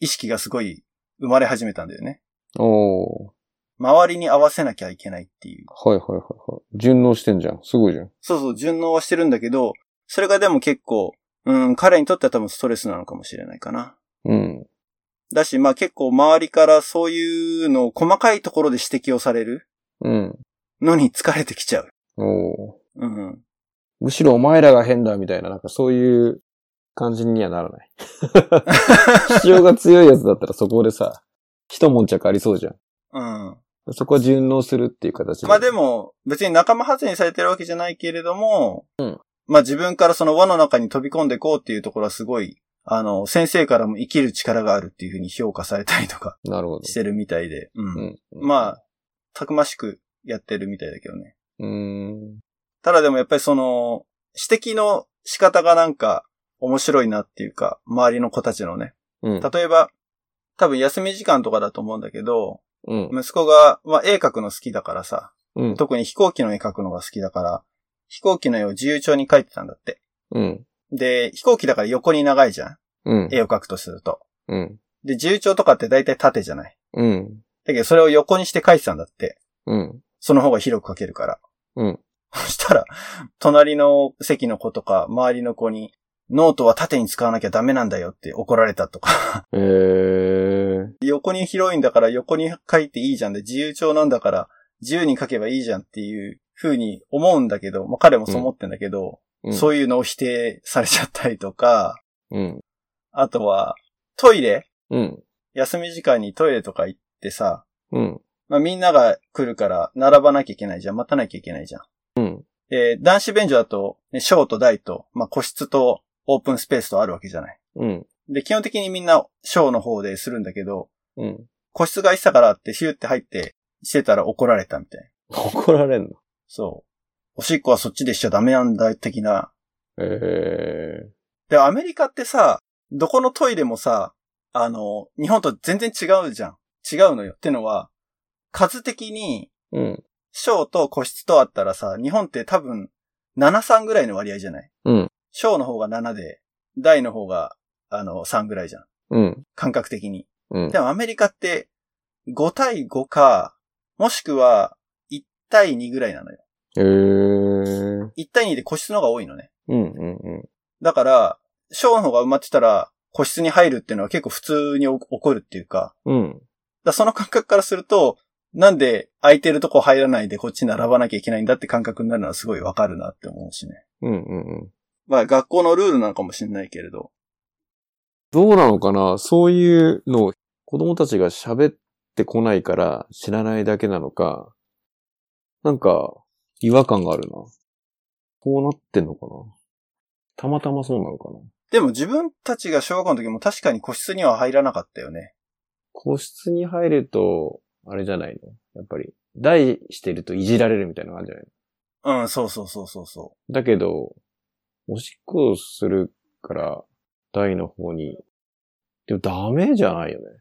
意識がすごい生まれ始めたんだよね。おー。周りに合わせなきゃいけないっていう。はいはいはいはい。順応してんじゃん。すごいじゃん。そうそう、順応はしてるんだけど、それがでも結構、うん、彼にとっては多分ストレスなのかもしれないかな。うん。だし、まあ結構周りからそういうのを細かいところで指摘をされるうん。のに疲れてきちゃう。おー。うんうん。むしろお前らが変だみたいな、なんかそういう感じにはなら <laughs> ない。主張が強いやつだったらそこでさ、一悶着ありそうじゃん。うん。そこは順応するっていう形まあで、も、別に仲間外れにされてるわけじゃないけれども、うんまあ自分からその輪の中に飛び込んでいこうっていうところはすごい、あの、先生からも生きる力があるっていうふうに評価されたりとかなるほどし。てるみたいで、うん。うん。まあ、たくましくやってるみたいだけどね。うーん。ただでもやっぱりその、指摘の仕方がなんか面白いなっていうか、周りの子たちのね、うん。例えば、多分休み時間とかだと思うんだけど、うん。息子が、まあ、絵描くの好きだからさ、うん。特に飛行機の絵描くのが好きだから、飛行機の絵を自由帳に描いてたんだって。うん。で、飛行機だから横に長いじゃんうん。絵を描くとすると。うん。で、自由帳とかって大体縦じゃない。うん。だけどそれを横にして描いてたんだって。うん。その方が広く描けるから。うん。そしたら、隣の席の子とか、周りの子に、ノートは縦に使わなきゃダメなんだよって怒られたとか。えー。横に広いんだから横に書いていいじゃんで、自由帳なんだから自由に書けばいいじゃんっていう風に思うんだけど、まあ彼もそう思ってんだけど、うんそういうのを否定されちゃったりとか、うん。あとはトイレうん。休み時間にトイレとか行ってさ、うん。まあみんなが来るから並ばなきゃいけないじゃん、待たなきゃいけないじゃん。うん。で、男子便所だと、ね、小と大と、まあ個室とオープンスペースとあるわけじゃない。うん。で、基本的にみんな小の方でするんだけど、うん。個室がいしたからってヒューって入ってしてたら怒られたみたいな。怒られんのそう。おしっこはそっちでしちゃダメなんだよ、的な。えで、アメリカってさ、どこのトイレもさ、あの、日本と全然違うじゃん。違うのよ。ってのは、数的に、ー。うん。小と個室とあったらさ、日本って多分、7、3ぐらいの割合じゃないうん。小の方が7で、大の方が、あの、3ぐらいじゃん。うん。感覚的に。うん。でもアメリカって、5対5か、もしくは、1対2ぐらいなのよ。えー。 1対2で個室の方が多いのね。うん。うん。うん。だから、ショーの方が埋まってたら、個室に入るっていうのは結構普通に起起こるっていうか、だかうん。らその感覚からすると、なんで空いてるとこ入らないでこっち並ばなきゃいけないんだって感覚になるのはすごいわかるなって思うしね。うん。うん。まあ学校のルールなのかもしれないけれど。どうなのかなそういうのを子供たちが喋ってこないから知らないだけなのか、なんか違和感があるな。こうなってんのかなたまたまそうなのかでも自分たちが小学校の時も確かに個室には入らなかったよね。個室に入ると、あれじゃないのやっぱり、台してるといじられるみたいなのがあるんじゃないうん、そうそうそうそうそのだけど、おしっこをするから、台の方に。でもダメじゃないよね。う。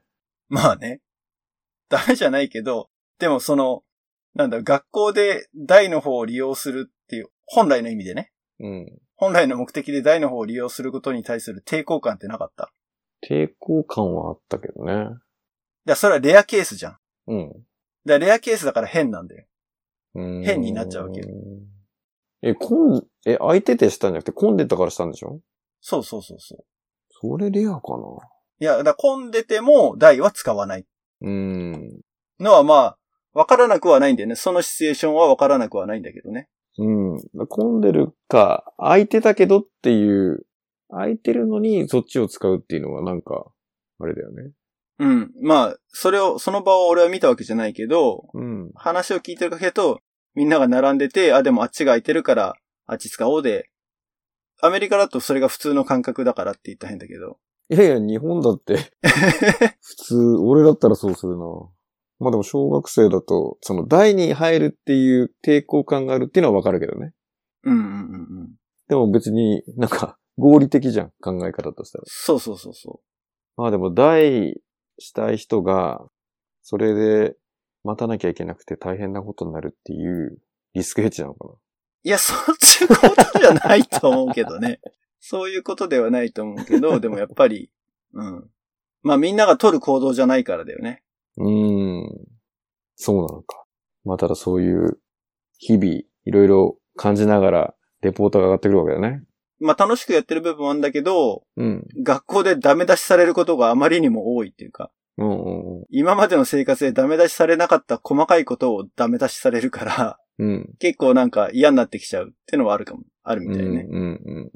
<laughs> まあね。ダメじゃないけど、でもその、なんだろう、学校で台の方を利用するっていう、本来の意味でね。うん。本来の目的で台の方を利用することに対する抵抗感ってなかった。抵抗感はあったけどね。だからそれはレアケースじゃん。うん。だからレアケースだから変なんだよ。変変になっちゃうわけよ。え、混ん、え、空いててしたんじゃなくて混んでたからしたんでしょそうそうそうそう。それレアかいや、だから混んでても台は使わないなうん。のはまあ、わからなくはないんだよね。そのシチュエーションはわからなくはないんだけどね。うん。混んでるか、空いてたけどっていう、空いてるのにそっちを使うっていうのはなんか、あれだよね。うん。まあ、それを、その場を俺は見たわけじゃないけど、うん。話を聞いてるだけだと、みんなが並んでて、あ、でもあっちが空いてるから、あっち使おうで、アメリカだとそれが普通の感覚だからって言ったら変だけど。いやいや、日本だって、普通、俺だったらそうするな。まあでも小学生だと、その台に入るっていう抵抗感があるっていうのはわかるけどね。うんうんうんうん。でも別になんか合理的じゃん、考え方としたら。そうそうそうそまあでも、代したい人が、それで待たなきゃいけなくて大変なことになるっていうリスクヘッジなのかう。いや、そういうことじゃないと思うけどね。 <laughs> そういうことではないと思うけど、でもやっぱり、うん。まあみんなが取る行動じゃないからだよね。なうーん。そうなのか。まあただそういう、日々、いろいろ感じながら、レポートが上がってくるわけだね。まあ楽しくやってる部分はあるんだけど、うん。学校でダメ出しされることがあまりにも多いっていうか、うんうん今までの生活でダメ出しされなかった細かいことをダメ出しされるから、うん。うん。結構なんか嫌になってきちゃうっていうのはあるかも、あるうんみたいね。だかうんうんうん。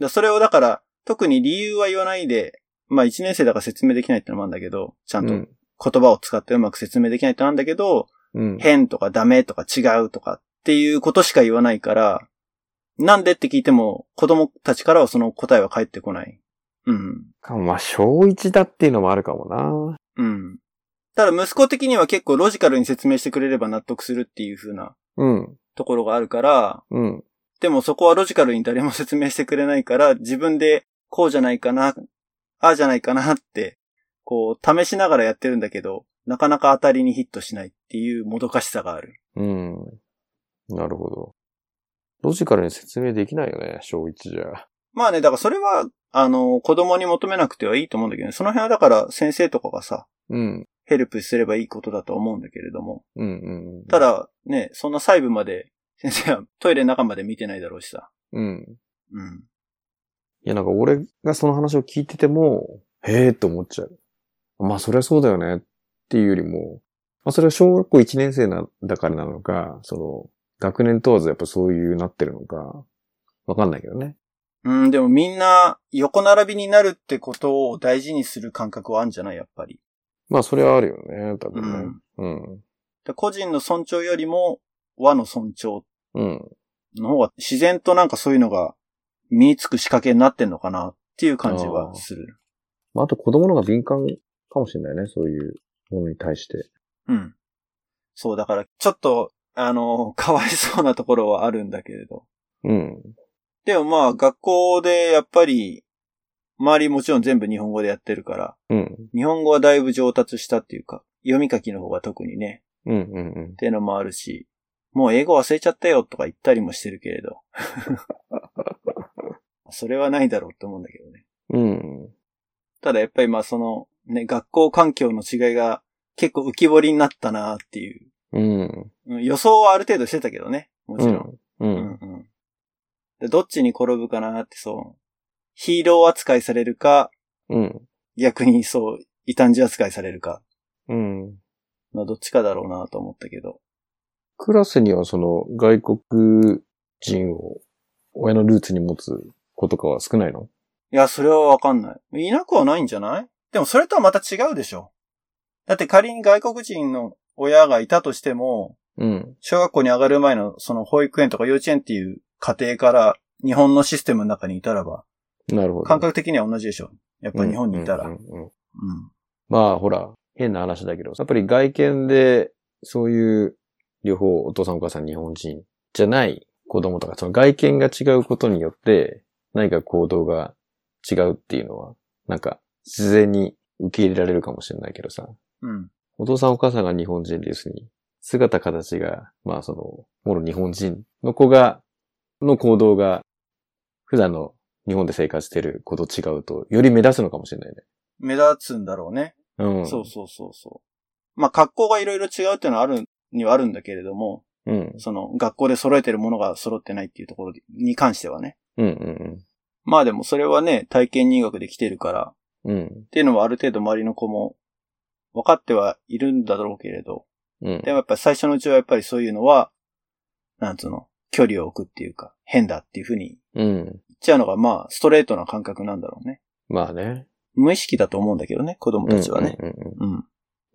らそれをだから、特に理由は言わないで、まあ一年生だから説明できないってのもあるんだけど、ちゃんとうん言葉を使ってうまく説明できないってのなんだけど、うん。変とかダメとか違うとかっていうことしか言わないから、なんでって聞いても子供たちからはその答えは返ってこない。うん。かまあ、小一だっていうのもあるかもな。うん。ただ息子的には結構ロジカルに説明してくれれば納得するっていう風なうん。ところがあるから、うん。でもそこはロジカルに誰も説明してくれないから、自分でこうじゃないかな、ああじゃないかなって、こう試しながらやってるんだけど、なかなか当たりにヒットしないっていうもどかしさがある。うん。なるほど。ロジカルに説明できないよね、小一じゃ。まあね、だからそれは、あの、子供に求めなくてはいいと思うんだけどね。その辺はだから先生とかがさ、うん。ヘルプすればいいことだと思うんだけれども。うんうんうん。た、だ、ね、そんな細部まで、先生はトイレの中まで見てないだろうしさ。うん。うん。いや、なんか俺がその話を聞いてても、へえーって思っちゃう。まあ、そりゃそうだよねっていうよりも、まあ、それは小学校1年生な、だからなのか、その、学年問わずやっぱそういうなってるのか、わかんないけどね。うん、でもみんな横並びになるってことを大事にする感覚はあるんじゃないやっぱり。まあ、それはあるよね、多う分ね。ん。うん。で個人の尊重よりも和の尊重うん。の方が自然となんかそういうのが身につく仕掛けになってんのかなっていう感じはする。まあ、あと子供の方が敏感かもしれないね、そういうものに対して。うん。そう、だから、ちょっと、あの、 <laughs> かわいそうなところはあるんだけれど。うん。でもまあ、学校でやっぱり、周りもちろん全部日本語でやってるから、うん。日本語はだいぶ上達したっていうか、読み書きの方が特にね、うんうんうんっ。ていうのもあるし、もう英語忘れちゃったよとか言ったりもしてるけれ <laughs> ど。それはないだろうと思うんだけどね。うん。ただやっぱりまあその、ね、学校環境の違いが結構浮き彫りになったなっていう。うん。うん予想はある程度してたけどね。もちろん。う。うんんうんでどっちに転ぶかなってそう。ヒーロー扱いされるか、うん。逆にそう、異端児扱いされるかうん。のどっちかだろうなと思ったけど。クラスにはその外国人を親のルーツに持つ子とかは少ないのいや、それはわかんない。いなくはないんじゃないでもそれとはまた違うでしょ。だって仮に外国人の親がいたとしても、うん。小学校に上がる前のその保育園とか幼稚園っていう家庭から日本のシステムの中にいたらば、なるほど。感覚的には同じでしょ。やっぱ日本にいたら。ううんんうんうんうんまあ、ほら、変な話だけど、やっぱり外見で、そういう、両方、お父さんお母さん日本人じゃない子供とか、その外見が違うことによって、何か行動が違うっていうのは、なんか、自然に受け入れられるかもしれないけどさ、うん。お父さんお母さんが日本人で要するに、姿形が、まあその、もろ日本人の子が、の行動が、普段の日本で生活してる子と違うと、より目立つのかもしれないね。目立つんだろうね。うん。そうそうそうそう。まあ、格好がいろいろ違うっていうのはある、にはあるんだけれども、う。うん。その、学校で揃えてるものが揃ってないっていうところに関してはね。うんうんまあでもそれはね、体験入学で来てるから、うん。うんっていうのはある程度周りの子も分かってはいるんだろうけれど、。うんでもやっぱり最初のうちはやっぱりそういうのは、なんつうの、距離を置くっていうか、変だっていうふうにうん。言っちゃうのがまあ、ストレートな感覚なんだろうね。まあね。無意識だと思うんだけどね、子供たちはね。うんうんうんうん。うん。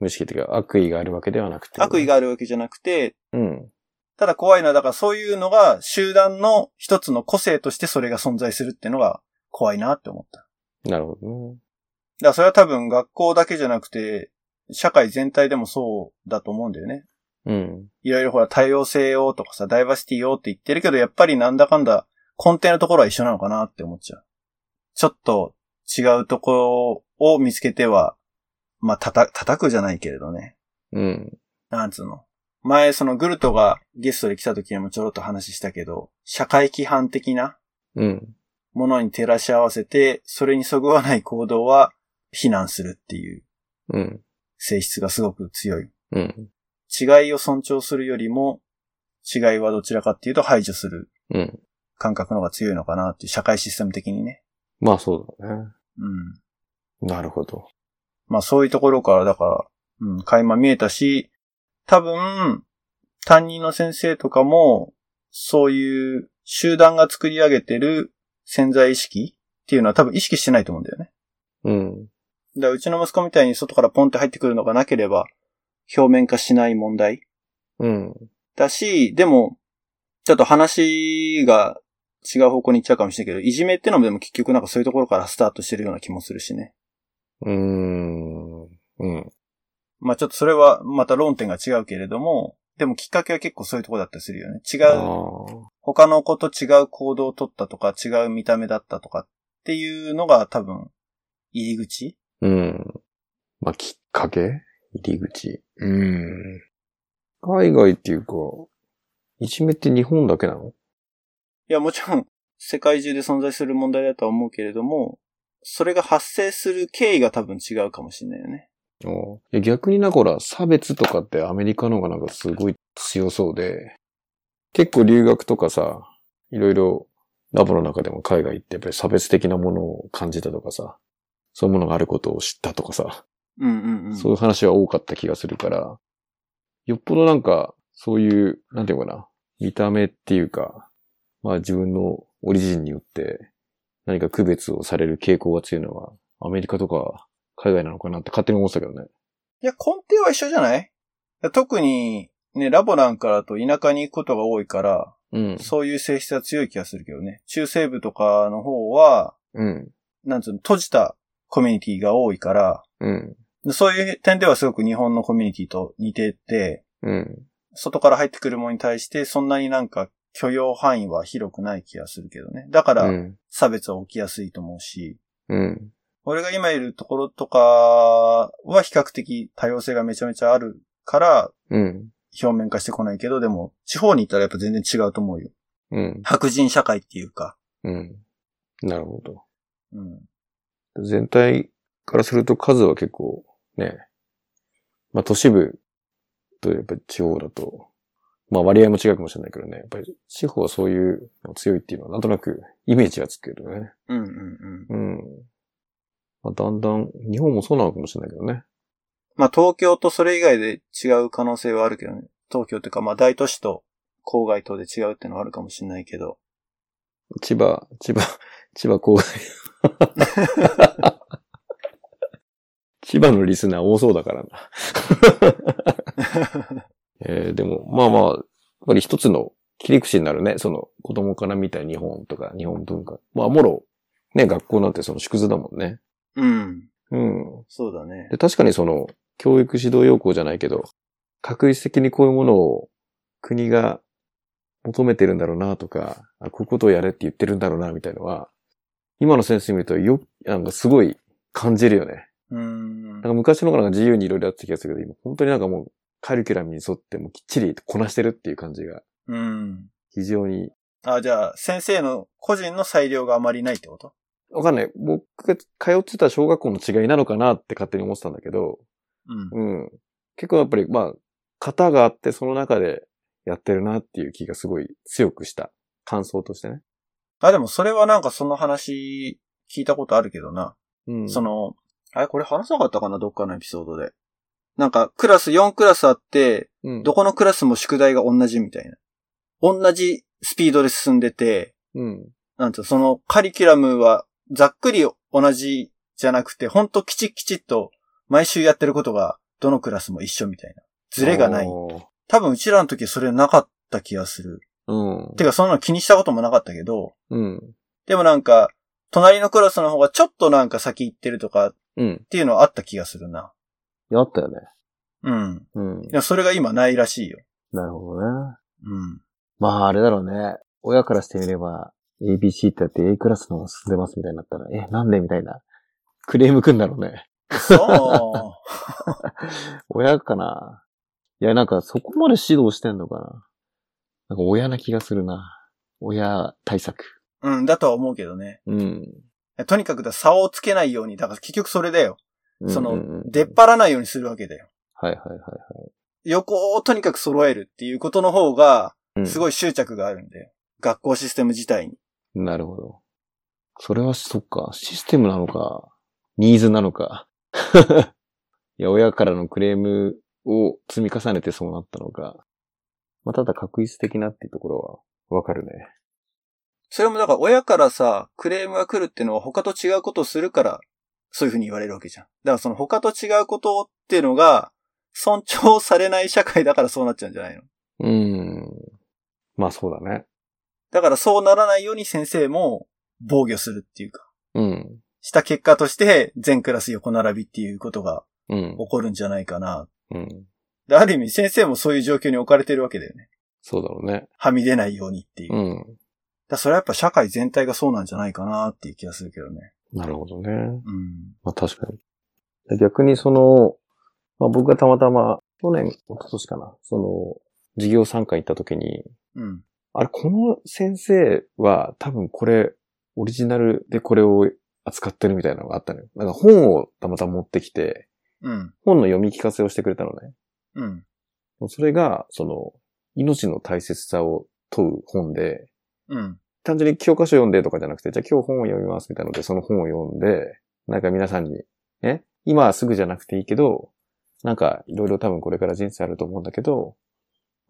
無意識というか、悪意があるわけではなくて。悪意。があるわけじゃなくて、うん。ただ怖いのは、だからそういうのが集団の一つの個性としてそれが存在するっていうのが怖いなって思った。だかなるほどらそれは多分学校だけじゃなくて、社会全体でもそうだと思うんだよね。ね。うん。いろいろほら多様性をとかさ、ダイバーシティをって言ってるけど、やっぱりなんだかんだ根底のところは一緒なのかなって思っちゃう。ちょっと違うところを見つけては、まあ、たた、叩くじゃないけれどね。うん。なんつうの。前、そのグルトがゲストで来た時にもちょろっと話したけど、社会規範的なうん。ものに照らし合わせて、それにそぐわない行動は非難するっていううん。性質がすごく強い。うん。違いを尊重するよりも、違いはどちらかっていうと排除するうん。感覚の方が強いのかなっていう社会システム的にね。まあそうだね。うん。なるほど。まあそういうところから、だから、うん、垣間見えたし、多分、担任の先生とかも、そういう集団が作り上げてる潜在意識っていうのは多分意識してないと思うんだよね。うん。だからうちの息子みたいに外からポンって入ってくるのがなければ、表面化しない問題うん。だし、でも、ちょっと話が違う方向に行っちゃうかもしれないけど、いじめってのもでも結局なんかそういうところからスタートしてるような気もするしね。うーん。うん。まあちょっとそれはまた論点が違うけれども、でもきっかけは結構そういうところだったりするよね。違あう、ー他の子と違う行動を取ったとか、違う見た目だったとかっていうのが多分、入り口うん。まあ、きっかけ入り口。うん。海外っていうか、いじめって日本だけなのいや、もちろん、世界中で存在する問題だとは思うけれども、それが発生する経緯が多分違うかもしれないよね。あーいや逆になんかほら、差別とかってアメリカの方がなんかすごい強そうで、結構留学とかさ、いろいろラボの中でも海外行ってやっぱり差別的なものを感じたとかさ、そういうものがあることを知ったとかさ、うんうんうん。そういう話は多かった気がするから、よっぽどなんか、そういう、なんていうのかな、見た目っていうか、まあ自分のオリジンによって何か区別をされる傾向が強いのは、アメリカとか海外なのかなって勝手に思ってたけどね。いや、根底は一緒じゃない特に、ね、ラボなんかだと田舎に行くことが多いから、うん。そういう性質は強い気がするけどね。中西部とかの方は、うん。なんつうの、閉じたコミュニティが多いから、うん。そういう点ではすごく日本のコミュニティと似てて、うん。外から入ってくるものに対してそんなになんか許容範囲は広くない気がするけどね。だかうらん。差別は起きやすいと思うし、うん。俺が今いるところとかは比較的多様性がめちゃめちゃあるからうん。表面化してこないけど、でも地方に行ったらやっぱ全然違うと思うよ。うん。白人社会っていうか。うん。なるほど。うん。全体からすると数は結構ね、まあ都市部とやっぱり地方だと、まあ割合も違うかもしれないけどね、やっぱり地方はそういうの強いっていうのはなんとなくイメージがつくけどね。うんうんうん。うん。まあだんだん、日本もそうなのかもしれないけどね。まあ東京とそれ以外で違う可能性はあるけどね。東京というかまあ大都市と郊外とで違うっていうのはあるかもしれないけど。千葉、千葉、 <laughs> 千葉郊外。 <laughs> 千葉のリスナー多そうだからな。 <laughs> えーでも、まあまあ、やっぱり一つの切り口になるね。その、子供から見た日本とか、日本文化。まあ、もろ、ね、学校なんてその縮図だもんね。うん。うん。そうだね。で、確かにその、教育指導要項じゃないけど、確率的にこういうものを国が求めてるんだろうなとか、あこういうことをやれって言ってるんだろうなみたいのは、今の先生見るとよ、なんかすごい感じるよね。うーんなん。か昔の方がなんか自由にいろいろやってた気がするけど、今本当になんかもうカリキュラムに沿ってもうきっちりこなしてるっていう感じがうん。非常に、あ、じゃあ、先生の個人の裁量があまりないってことわかんない。僕が通ってた小学校の違いなのかなって勝手に思ってたんだけど、うん。うん。結構やっぱり、まあ、型があって、その中でやってるなっていう気がすごい強くした。感想としてね。あ、でもそれはなんかその話聞いたことあるけどな。うん。その、あれこれ話さなかったかなどっかのエピソードで。なんか、クラス4クラスあって、うん、どこのクラスも宿題が同じみたいな。同じスピードで進んでて、うん。なんつうの、そのカリキュラムはざっくり同じじゃなくて、ほんときちっきちっと毎週やってることがどのクラスも一緒みたいな。ズレがない。おー多分うちらの時それなかった気がする。うん。てかそんなの気にしたこともなかったけど、うん。でもなんか、隣のクラスの方がちょっとなんか先行ってるとかっうん。ていうのはあった気がするな。あったよね。うん。うん。いや、それが今ないらしいよ。なるほどね。うん。まあ、あれだろうね。親からしてみれば、ABC ってやって A クラスの方が進んでますみたいになったら、え、なんでみたいな。クレームくんだろうね。そ <laughs> 親かな。いや、なんかそこまで指導してんのかな。なんか親な気がするな。親対策。 <laughs> う。うん、だとは思うけどね。うん。とにかくだ、差をつけないように、だから結局それだよ。そうんうんの、うん出っ張らないようにするわけだよ。はいはいはいは横をとにかく揃えるっていうことの方が、い。うんすごい執着があるんだよ。学校システム自体に。なるほど。それは、そっか、システムなのか、ニーズなのか。 <laughs> いや、親からのクレームを積み重ねてそうなったのか。まあ、ただ確率的なっていうところは、わかるね。それもだから親からさ、クレームが来るってのは他と違うことをするから、そういうふうに言われるわけじゃん。だからその他と違うことっていうのが、尊重されない社会だからそうなっちゃうんじゃないのうーん。まあ、そうだね。だからそうならないように先生も防御するっていうか、うん。した結果として全クラス横並びっていうことがうん。起こるんじゃないかな。うん。で、ある意味先生もそういう状況に置かれてるわけだよね。そうだろうね。はみ出ないようにっていう。だうかん。らそれはやっぱ社会全体がそうなんじゃないかなっていう気がするけどね。なるほどね。うん。まあ確かに。逆にその、まあ僕がたまたま、去年、一昨年かな、その、授業参加行った時に、うん。あれ、この先生は多分これ、オリジナルでこれを扱ってるみたいなのがあったのよ。なんか本をたまたま持ってきて、うん。本の読み聞かせをしてくれたのね。うん。それが、その、命の大切さを問う本で、うん。単純に教科書読んでとかじゃなくて、じゃあ今日本を読みますみたいなので、その本を読んで、なんか皆さんに、ね、今はすぐじゃなくていいけど、なんかいろいろ多分これから人生あると思うんだけど、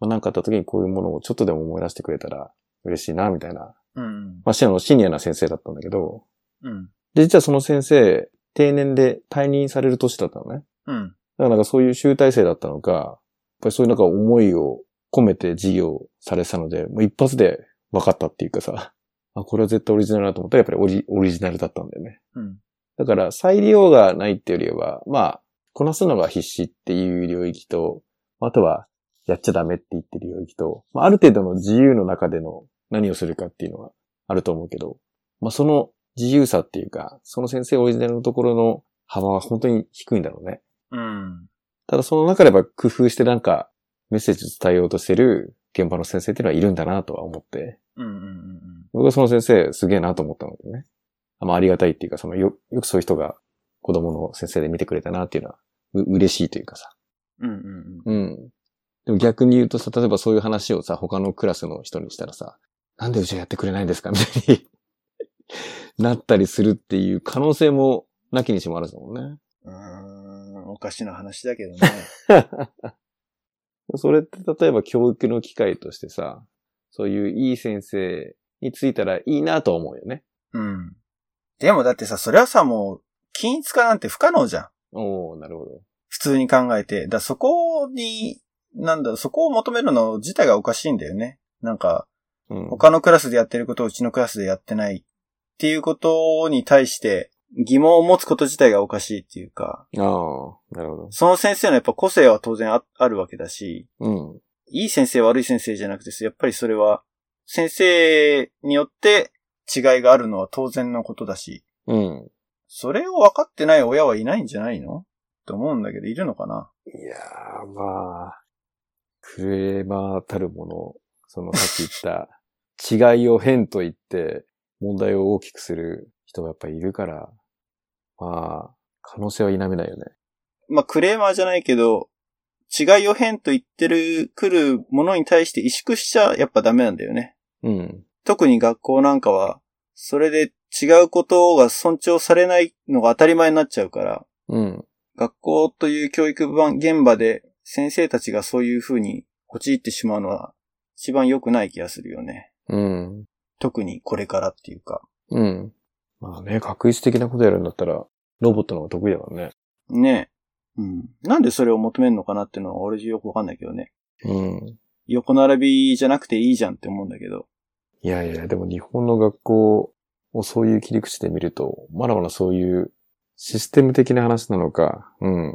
まあ、なんかあった時にこういうものをちょっとでも思い出してくれたら嬉しいな、みたいなうん。まあ、シニアのシニアな先生だったんだけど、うん。で、実はその先生、定年で退任される年だったのね。うん。だからなんかそういう集大成だったのか、やっぱりそういうなんか思いを込めて授業されてたので、もう一発で分かったっていうかさ、あ、これは絶対オリジナルだと思ったらやっぱりオリオリジナルだったんだよね。うん。だから再利用がないっていうよりは、まあ、こなすのが必死っていう領域と、あとはやっちゃダメって言ってる領域と、まあ、ある程度の自由の中での何をするかっていうのはあると思うけど、まあその自由さっていうか、その先生オリジナルのところの幅は本当に低いんだろうね。うん。ただその中でやっぱ工夫してなんかメッセージを伝えようとしてる現場の先生っていうのはいるんだなとは思って、うん。僕はその先生すげえなと思ったんだけどね。あまあありがたいっていうか、そのよ、よくそういう人が子供の先生で見てくれたなっていうのは、う、嬉しいというかさ。うん。うん。うん。でも逆に言うとさ、例えばそういう話をさ、他のクラスの人にしたらさ、なんでうちはやってくれないんですかみたいに <laughs> なったりするっていう可能性もなきにしもあらずだもんね。うーん、おかしな話だけどね。 <laughs> それって例えば教育の機会としてさ、そういういい先生についたらいいなと思うよね。うん。でもだってさ、それはさ、もう、均一化なんて不可能じゃん。おおなるほど。普通に考えて。だそこに、なんだ、そこを求めるの自体がおかしいんだよね。なんか、うん。他のクラスでやってることをうちのクラスでやってないっていうことに対して疑問を持つこと自体がおかしいっていうか、ああ、なるほど。その先生のやっぱ個性は当然ああるわけだし、うん。いい先生悪い先生じゃなくて、やっぱりそれは先生によって違いがあるのは当然のことだし、うん。それを分かってない親はいないんじゃないのって思うんだけど、いるのかないやー、まあ、クレーマーたるもの、そのさっき言った、違いを変と言って、問題を大きくする人がやっぱいるから、まあ、可能性は否めないよね。まあ、クレーマーじゃないけど、違いを変と言ってる、来るものに対して萎縮しちゃやっぱダメなんだよね。うん。特に学校なんかは、それで違うことが尊重されないのが当たり前になっちゃうから、うん。学校という教育場現場で先生たちがそういう風に陥ってしまうのは一番良くない気がするよね。うん。特にこれからっていうか。うん。まあね、確率的なことやるんだったら、ロボットの方が得意だからね。ねえ。うん。なんでそれを求めるのかなってのは俺よくわかんないけどね。うん。横並びじゃなくていいじゃんって思うんだけど。いやいや、でも日本の学校をそういう切り口で見ると、まだまだそういうシステム的な話なのか、うん。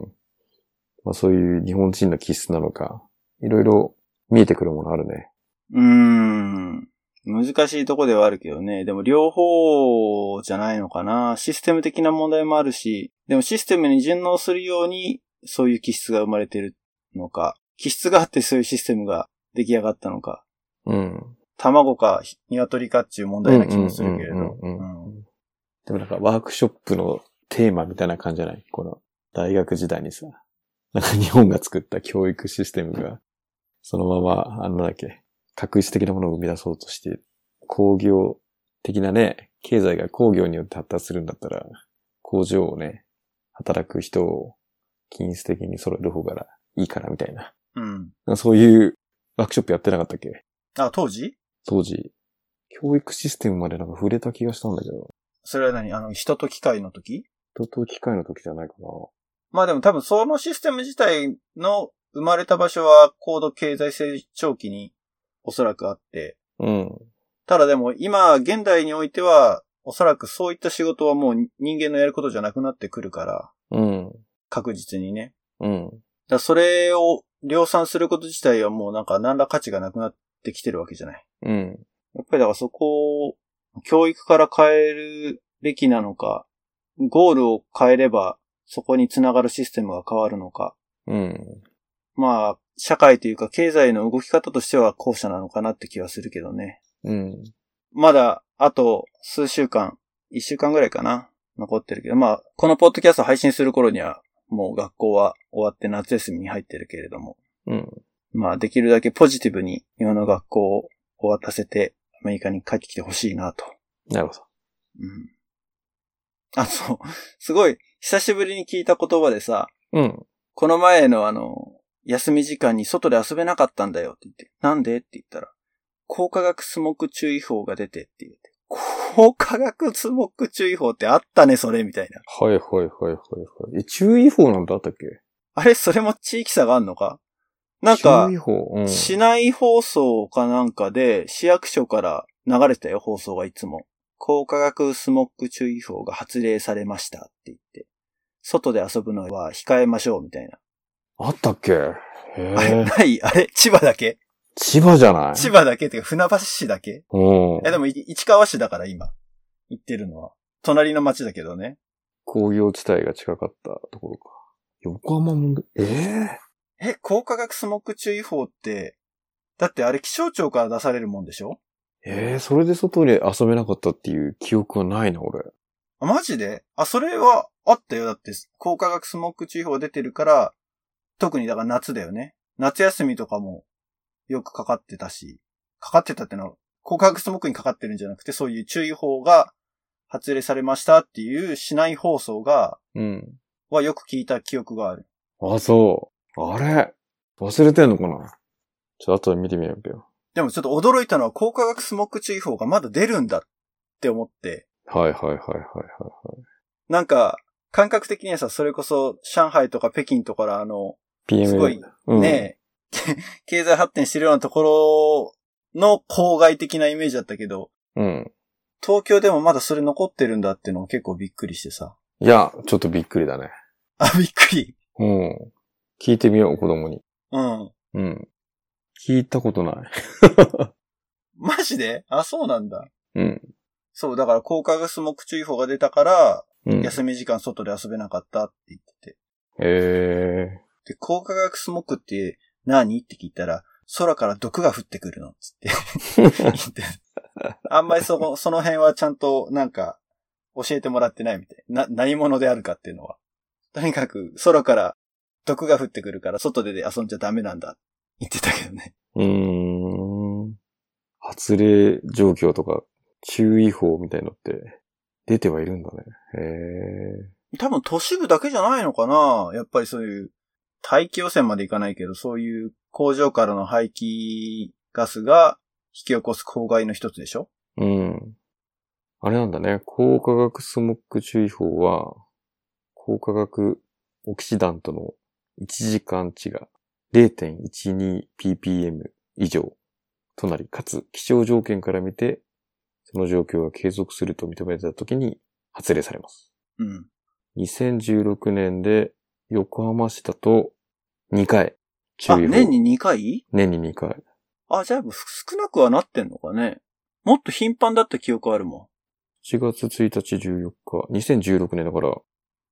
まあそういう日本人の気質なのか、いろいろ見えてくるものあるね。うーん。難しいとこではあるけどね。でも両方じゃないのかな。システム的な問題もあるし、でもシステムに順応するように、そういう気質が生まれてるのか。気質があってそういうシステムが出来上がったのか。うん。卵か鶏かっていう問題な気もするけれど。うんうんうんうんうんでもなんかワークショップのテーマみたいな感じじゃないこの大学時代にさ、なんか日本が作った教育システムが、そのまま、あのなんだっけ、確率的なものを生み出そうとして、工業的なね、経済が工業によって発達するんだったら、工場をね、働く人を均質的に揃える方がいいからみたいな。うん。なんかそういうワークショップやってなかったっけあ、当時当時。教育システムまでなんか触れた気がしたんだけど、それは何あの、人と機械の時人と機械の時じゃないかな。まあでも多分そのシステム自体の生まれた場所は高度経済成長期におそらくあって、うん。ただでも今現代においてはおそらくそういった仕事はもう人間のやることじゃなくなってくるから、うん。確実にね。うん。だからそれを量産すること自体はもうなんか何ら価値がなくなってきてるわけじゃない。うん。やっぱりだからそこを教育から変えるべきなのか、ゴールを変えればそこにつながるシステムが変わるのか、うん。まあ、社会というか経済の動き方としては後者なのかなって気はするけどね。うん。まだ、あと数週間、一週間ぐらいかな、残ってるけど、まあ、このポッドキャスト配信する頃には、もう学校は終わって夏休みに入ってるけれども、うん。まあ、できるだけポジティブに日本の学校を終わらせて、アメリカに帰ってきてほしいなと。なるほど。うん。あ、そう。すごい、久しぶりに聞いた言葉でさ、うん。この前のあの、休み時間に外で遊べなかったんだよって言って、なんでって言ったら、高化学スモック注意報が出てって言って、高化学スモック注意報ってあったね、それ、みたいな。はいはいはいはいはい。え、注意報なんてあったっけあれ、それも地域差があんのかなんか注意、報うん。市内放送かなんかで、市役所から流れてたよ、放送がいつも。高化学スモック注意報が発令されましたって言って、外で遊ぶのは控えましょう、みたいな。あったっけへあれ、え。ないあれ千葉だけ千葉じゃない千葉だけっていうか、船橋市だけうんい。やでも、い市川市だから今、行ってるのは。隣の町だけどね。工業地帯が近かったところか。横浜も、えええ、高化学スモック注意報って、だってあれ気象庁から出されるもんでしょええそれで外に遊べなかったっていう記憶はないな、俺。あマジであ、それはあったよ。だって、高化学スモック注意報出てるから、特にだから夏だよね。夏休みとかもよくかかってたし、かかってたってのは、高化学スモックにかかってるんじゃなくて、そういう注意報が発令されましたっていう市内放送が、うん。はよく聞いた記憶がある。あ、そう。あれ忘れてんのかなちょっと後で見てみようよ。でもちょっと驚いたのは、高化学スモック注意報がまだ出るんだって思って、はいはいはいはいはい。なんか、感覚的にはさ、それこそ、上海とか北京とかからあの、 PMA。すごい、うん、ね <laughs> え、経済発展してるようなところの郊外的なイメージだったけど、うん。東京でもまだそれ残ってるんだってのも結構びっくりしてさ。いや、ちょっとびっくりだね。あ、びっくり。うん。聞いてみよう、子供に。うん。うん。聞いたことない。マジであ、そうなんだ。うん。そう、だから高化ガス目注意報が出たから、うん。休み時間外で遊べなかったって言ってて。ええで、高化ガス目って何って聞いたら、空から毒が降ってくるのつって言って。あんまりそこ、その辺はちゃんとなんか教えてもらってないみたい。な、何者であるかっていうのは。とにかく空から毒が降ってくるから外で遊んじゃダメなんだ。言ってたけどね。うーん。発令状況とか、注意報みたいのって、出てはいるんだね。へ多分都市部だけじゃないのかなやっぱりそういう、大気汚染までいかないけど、そういう工場からの排気ガスが引き起こす公害の一つでしょえうん。あれなんだね。高化学スモッグ注意報は、高化学オキシダントの1時間値が 0.12ppm 以上となり、かつ気象条件から見て、その状況が継続すると認めたときに発令されます。うん。 2016年で横浜市だと2回注あ、意報。年に2回年に2回。あ、じゃあ少なくはなってんのかねもっと頻繁だった記憶あるもん。 1月1日14日。2016年だから、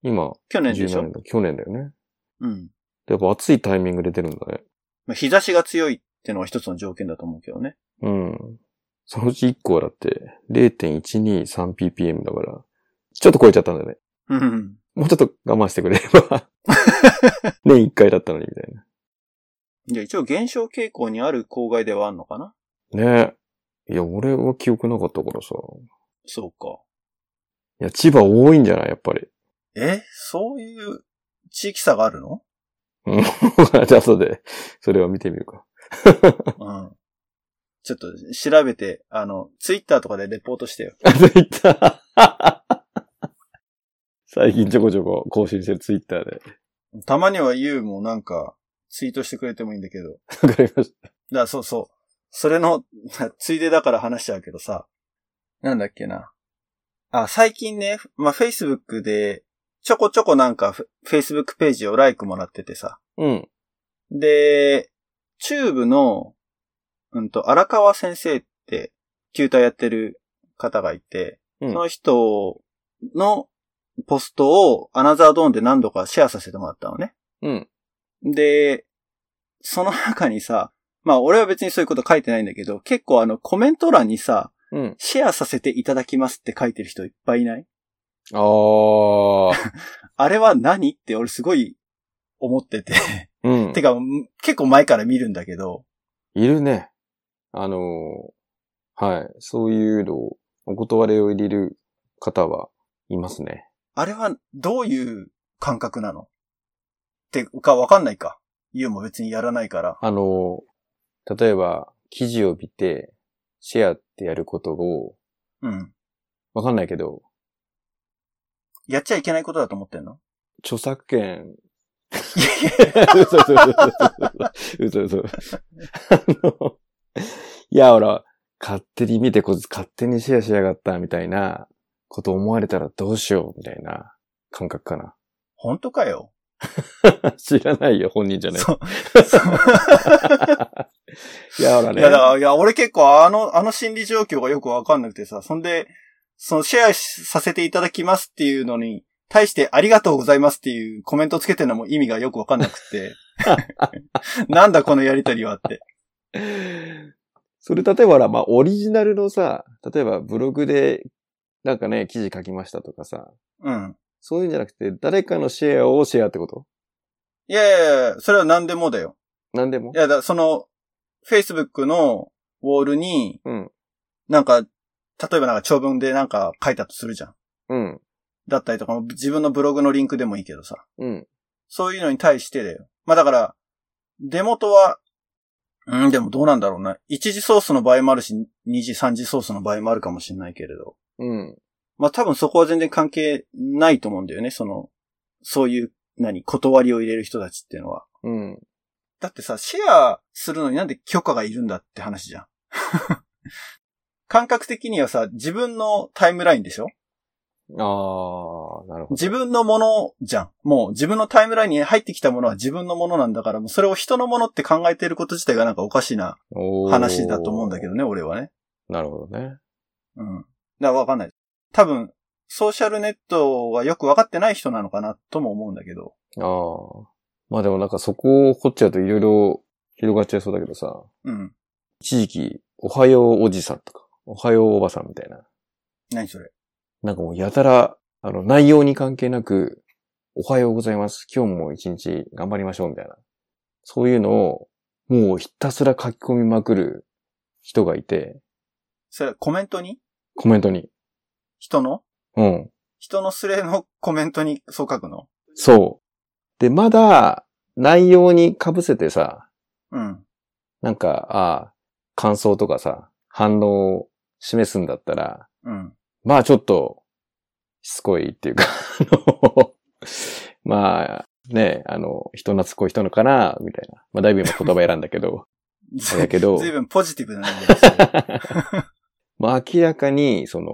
今、去年でし17ょ年だ。去年だよね。うん。やっぱ暑いタイミングで出るんだね。まあ、日差しが強いってのは一つの条件だと思うけどね。うん。そのうち1個はだって、0.123ppm だから、ちょっと超えちゃったんだよね。うん。もうちょっと我慢してくれれ <laughs> ば。年1回だったのにみたいな。じゃあ一応減少傾向にある公害ではあるのかなねえ。いや、俺は記憶なかったからさ。そうか。いや、千葉多いんじゃないやっぱり。 <laughs> えそういう地域差がある <laughs> のじゃあ、後で、それは見てみるか。うん。ちょっと調べて、あの、ツイッターとかでレポートしてよ。あ、ツイッター。 <laughs> 最近ちょこちょこ更新してるツイッターで。たまにはユウもなんか、ツイートしてくれてもいいんだけど。わかりましだ、そうそう。それの、 <laughs> ついでだから話しちゃうけどさ。なんだっけな。あ、最近ね、まあ、Facebook で、ちょこちょこなんか、フ Facebook ページをライクもらっててさ。た。うん。で、チューブの、うんと、荒川先生って、球体やってる方がいて、うんその人のポストをアナザードーンで何度かシェアさせてもらったのね。うん。で、その中にさ、まあ俺は別にそういうこと書いてないんだけど、結構あのコメント欄にさ、うん。シェアさせていただきますって書いてる人いっぱいいないあー。あれは何って俺すごい思ってて。う <laughs> んて。か、結構前から見るんだけど、いるね。あのーはい。そういうのを、お断りを入れる方はいますね。あれはどういう感覚なのってかわかんないか。ユウも別にやらないから。あのー例えば、記事を見て、シェアってやることを、うん。わかんないけど、やっちゃいけないことだと思ってんの著作権。いやいや嘘嘘嘘嘘嘘嘘嘘。あの、いや、ほら、勝手に見てこいつ勝手にシェアしやがったみたいなこと思われたらどうしようみたいな感覚かな。本当かよ。 <laughs> 知らないよ、本人じゃない。そう。そう <laughs> いや、ほらいね。や、だから、いや、俺結構あの、あの心理状況がよくわかんなくてさ、そんで、そのシェアしさせていただきますっていうのに、対してありがとうございますっていうコメントつけてるのも意味がよくわかんなくて。なんだこのやりとりはって。それ、例えばほら、まあ、オリジナルのさ、例えばブログで、なんかね、記事書きましたとかさ、うん。そういうんじゃなくて、誰かのシェアをシェアってこといやいやいや、それは何でもだよ。何でもいや、だ、その、Facebook のウォールに、うん。なんか、例えばなんか長文でなんか書いたとするじゃん。うん。だったりとか、自分のブログのリンクでもいいけどさ。うん。そういうのに対してだよ。まあだから、出元は、うん、でもどうなんだろうな。一次ソースの場合もあるし、二次、三次ソースの場合もあるかもしれないけれど。うん。まあ多分そこは全然関係ないと思うんだよね。その、そういう、何、断りを入れる人たちっていうのは。うん。だってさ、シェアするのになんで許可がいるんだって話じゃん。 <laughs> 感覚的にはさ、自分のタイムラインでしょああ、なるほど。自分のものじゃん。もう自分のタイムラインに入ってきたものは自分のものなんだから、もうそれを人のものって考えてること自体がなんかおかしいなおー話だと思うんだけどね、俺はね。なるほどね。うん。だからわかんない。多分、ソーシャルネットはよくわかってない人なのかなとも思うんだけど。ああ。まあでもなんかそこを掘っちゃうといろいろ広がっちゃいそうだけどさ、うん。一時期、おはようおじさんとか、おはようおばさんみたいな。何それ。なんかもうやたら、あの、内容に関係なく、おはようございます。今日も一日頑張りましょうみたいな。そういうのを、もうひたすら書き込みまくる人がいて、それはコメントにコメントに。人のうん。人のスレの <laughs> コメントにそう書くのそう。で、まだ、内容に被せてさ、うん。なんか、ああ、感想とかさ、反応を示すんだったら、うん。まあちょっと、しつこいっていうか、あの、まあ、ね、あの、人懐っこい人のかな、みたいな。まあだいぶ今言葉選んだけど、あれ <laughs> だけど、ずいぶんポジティブな内容ですねまあ明らかに、その、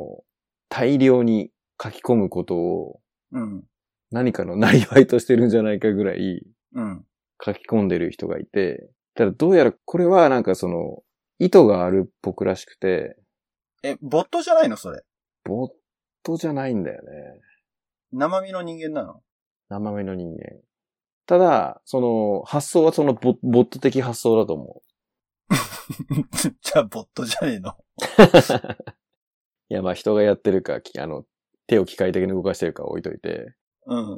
大量に書き込むことをうん。何かのなりわいとしてるんじゃないかぐらい、うん。書き込んでる人がいて、ただどうやらこれはなんかその、意図があるっぽくらしくて、え、ボットじゃないのそれ。ボットじゃないんだよね。生身の人間なの生身の人間。ただ、その、発想はそのボボット的発想だと思う。 <laughs> <laughs> じゃあ、ボットじゃねえの。いや、まあ人がやってるか、きあの、手を機械的に動かしてるかは置いといて。うん。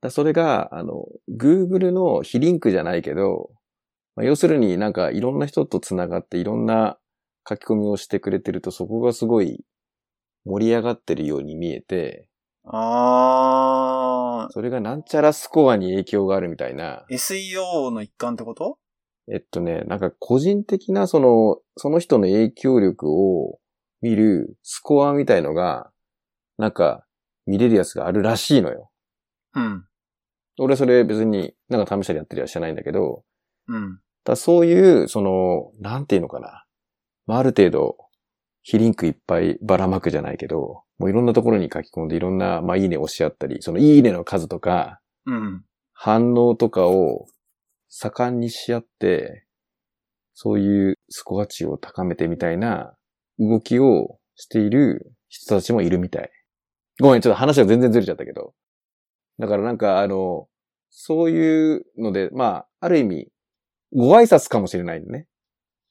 だそれが、あの、Google の非リンクじゃないけど、まあ、要するになんかいろんな人と繋がっていろんな書き込みをしてくれてるとそこがすごい盛り上がってるように見えて、あそれがなんちゃらスコアに影響があるみたいな。ー、SEO の一環ってことえっとね、なんか個人的なその、その人の影響力を見るスコアみたいのが、なんか見れるやつがあるらしいのよ。うん。俺はそれ別になんか試したりやってりはしてないんだけど、うん。ただそういう、その、なんていうのかな。まあ、ある程度、非リンクいっぱいばらまくじゃないけど、もういろんなところに書き込んでいろんな、まあ、いいね押し合ったり、そのいいねの数とか、うん。反応とかを盛んにし合って、そういうスコア値を高めてみたいな動きをしている人たちもいるみたい。ごめん、ちょっと話が全然ずれちゃったけど。だからなんかあの、そういうので、まあ、ある意味、ご挨拶かもしれないね。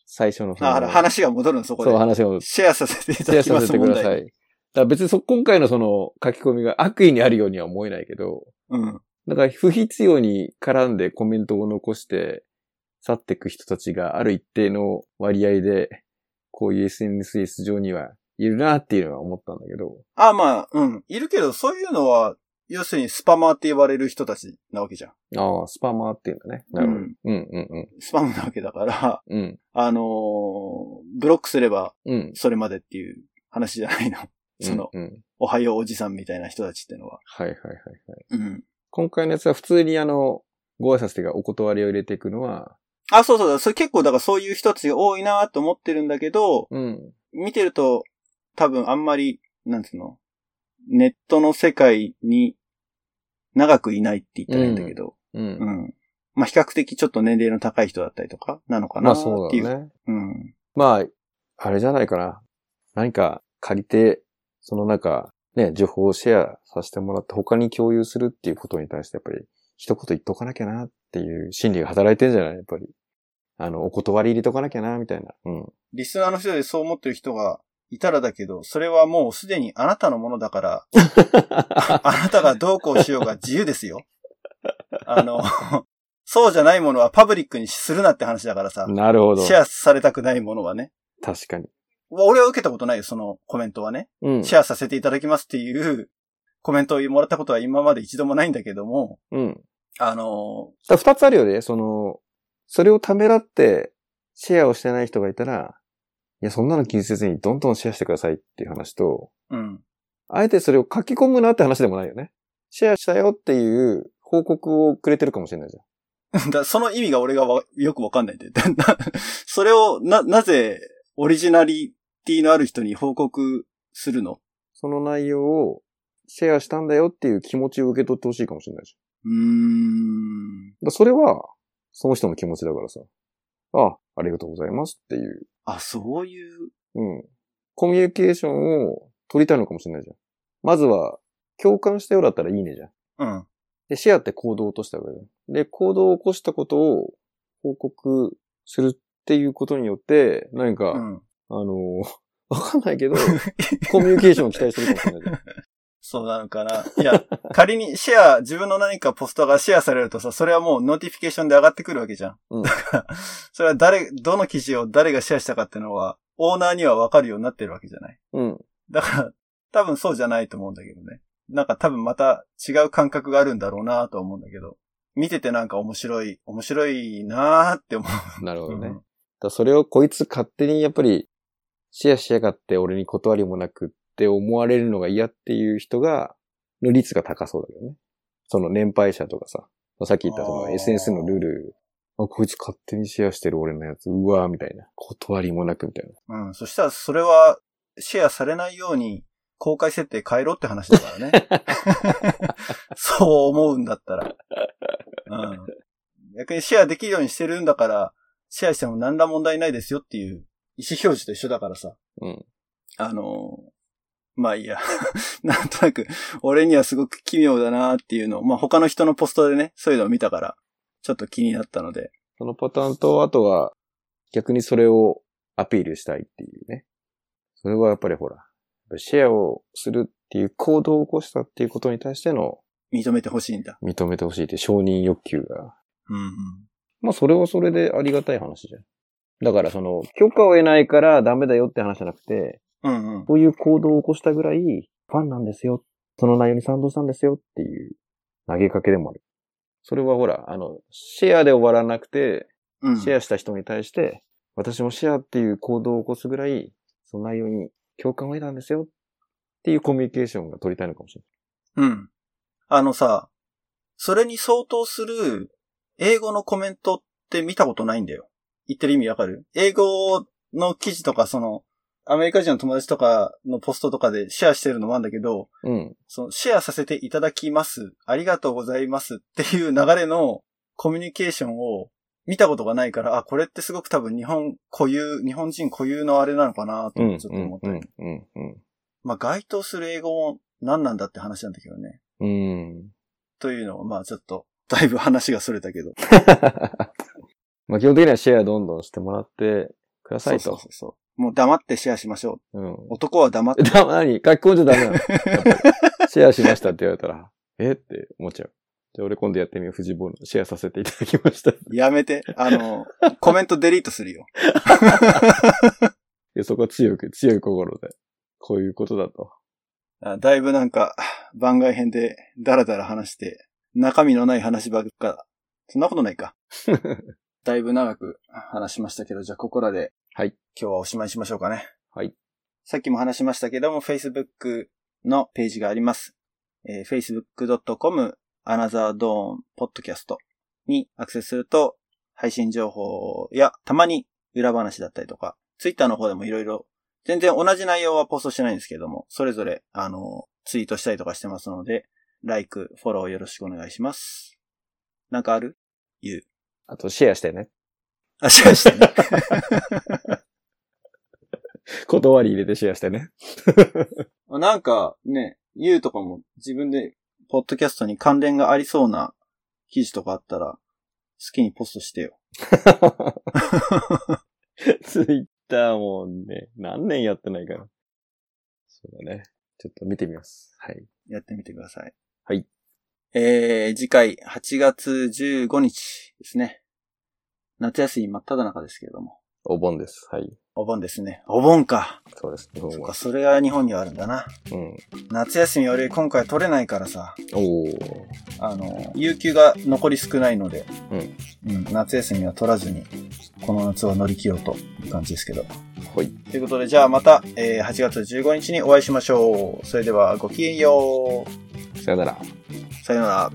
最初のそのあら、話が戻るの、そこでそう、。話をシェアさせていたシェだアきさませすてく問ださ題。い。だから別にそ、今回のその書き込みが悪意にあるようには思えないけど、うん。だから不必要に絡んでコメントを残して去っていく人たちがある一定の割合で、こういう SNS 上にはいるなっていうのは思ったんだけど、あーまあ、うん。いるけど、そういうのは、要するにスパマーって言われる人たちなわけじゃん。ああ、スパマーっていうんだね。なるほど。ううんん、うん、スパムなわけだから、 <laughs> うん。うん、あのーブロックすればうん。それまでっていう話じゃないの。その、うん、うん。おはようおじさんみたいな人たちってのは。はいはいはいはい。うん。今回のやつは普通にあの、ご挨拶というかお断りを入れていくのは、あ、そうそうだ。それ結構、だからそういう人たちが多いなと思ってるんだけど、うん、見てると、多分あんまり、なんつうの、ネットの世界に長くいないって言ったらいいんだけど、う。うんん。まあ、比較的ちょっと年齢の高い人だったりとか、なのかまなあっていう。そうだろうね。うん。まあ、あれじゃないかな。何か借りて、その中、ね、情報をシェアさせてもらって他に共有するっていうことに対してやっぱり一言言っとかなきゃなっていう心理が働いてんじゃないやっぱり。あの、お断り入れとかなきゃな、みたいな。うん。リスナーの人でそう思ってる人がいたらだけど、それはもうすでにあなたのものだから、 <laughs> あなたがどうこうしようが自由ですよ。あの、 <laughs> そうじゃないものはパブリックにするなって話だからさ、 <laughs> なるほど。シェアされたくないものはね。確かに。俺は受けたことないよ、そのコメントはね。うん。シェアさせていただきますっていうコメントをもらったことは今まで一度もないんだけども、うん。あの、だから二つあるよね。その、それをためらってシェアをしてない人がいたら、いや、そんなの気にせずにどんどんシェアしてくださいっていう話と、うん、 <laughs> あえてそれを書き込むなって話でもないよね。シェアしたよっていう報告をくれてるかもしれないじだその意味 <laughs> が俺がわよくわかんないんで。だなそれをな、なぜオリジナリティのある人に報告するのその内容をシェアしたんだよっていう気持ちを受け取ってほしいかもしれないし。うーん。だそれは、その人の気持ちだからさ。あ、ありがとうございますっていう。あ、そういう、うん。コミュニケーションを取りたいのかもしれないじゃん。まずは、共感したようだったらいいねじゃん。うん。で、シェアって行動を起こしたわけだよ。で、行動を起こしたことを報告するっていうことによって、何か、うん。あの、 <laughs> わかんないけど、コミュニケーションを期待してるかもしれないじゃん。そうなのかな。いや、 <laughs> 仮にシェア、自分の何かポストがシェアされるとさ、それはもうノーティフィケーションで上がってくるわけじゃん。うんだから、 <laughs> それは誰、どの記事を誰がシェアしたかってのは、オーナーにはわかるようになってるわけじゃない。うん。だから、多分そうじゃないと思うんだけどね。なんか多分また違う感覚があるんだろうなとは思うんだけど。見ててなんか面白い、面白いなーって思なるほう。どね。だからそれをこいつ勝手にやっぱりシェアしやがって俺に断りもなくって思われるのが嫌っていう人が、の率が高そうだけどね。その年配者とかさ、さっき言ったそあのー SNS のルール、あ、こいつ勝手にシェアしてる俺のやつ、うわーみたいな。断りもなくみたいな。うん。うん。そしたらそれは、シェアされないように、公開設定変えろって話だからね。<laughs> そう思うんだったら。うん。逆にシェアできるようにしてるんだから、シェアしても何ら問題ないですよっていう意思表示と一緒だからさ。うん。あの、まあいいや。 <laughs> なんとなく、俺にはすごく奇妙だなっていうのを、まあ他の人のポストでね、そういうのを見たから、ちょっと気になったので。そのパターンと、あとは逆にそれをアピールしたいっていうね。それはやっぱりほら、やっぱりシェアをするっていう行動を起こしたっていうことに対しての認めてほしいんだ。認めてほしいって承認欲求が。うんうん。まあそれはそれでありがたい話じゃん。だからその、許可を得ないからダメだよって話じゃなくて、うんうん。こういう行動を起こしたぐらい、ファンなんですよ。その内容に賛同したんですよっていう投げかけでもある。それはほら、あの、シェアで終わらなくて、うん、シェアした人に対して、私もシェアっていう行動を起こすぐらい、その内容に共感を得たんですよっていうコミュニケーションが取りたいのかもしれうん。あのさ、それに相当する英語のコメントって見たことないんだよ。言ってる意味わかる英語の記事とか、その、アメリカ人の友達とかのポストとかでシェアしてるのもあるんだけど、ない。うん。そのシェアさせていただきます。ありがとうございますっていう流れのコミュニケーションを見たことがないから、あ、これってすごく多分日本固有、日本人固有のあれなのかなとうん。ちょっと思ったり。うん。うん。まあ、該当する英語も何なんだって話なんだけどね。うん。うん。というのを、まあちょっと、だいぶ話がそれたけど。まあ基本的にはシェアどんどんしてもらってくださいと。 <laughs> そうそうそう。もう黙ってシェアしましょうん。う。男は黙って。だ、何書き込んじゃダメなのシェアしましたって言われたら、えって思っちゃう。じゃあ俺今度やってみよう。フジボールシェアさせていただきました。やめて。あの、コメントデリートするよ。でそこは強く、強い心で。こういうことだと。あだいぶなんか、番外編でダラダラ話して、中身のない話ばっか、そんなことない <laughs> か。だいぶ長く話しましたけど、じゃあここらで、はい。今日はおしまいしましょうかね。はい。さっきも話しましたけども、Facebook のページがあります。えー facebook.com another dawn podcast にアクセスすると、配信情報や、たまに裏話だったりとか、Twitter の方でもいろいろ全然同じ内容はポストしてないんですけども、それぞれ、あの、ツイートしたりとかしてますので、like、フォローよろしくお願いします。なんかあるあとシェアしてね。あ、しましたね。断り入れてシェアしてね。 <laughs> なんかね、ゆうとかも自分で、ポッドキャストに関連がありそうな記事とかあったら、好きにポストしてよ。ツイッターもね、何年やってないから。そうだね。ちょっと見てみます。はい。やってみてください。はい。えー、次回8月15日ですね。夏休み真っ只中ですけれども。お盆です。はい。お盆ですね。お盆か。そうです。おそっか、それが日本にはあるんだな。うん。夏休み俺今回取れないからさ、おー。あの、有給が残り少ないので、うん。うん、夏休みは取らずに、この夏は乗り切ろうという感じですけど。ほい。ということで、じゃあまた、えー8月15日にお会いしましょう。それではごきげんよう。さよなら。さようなら。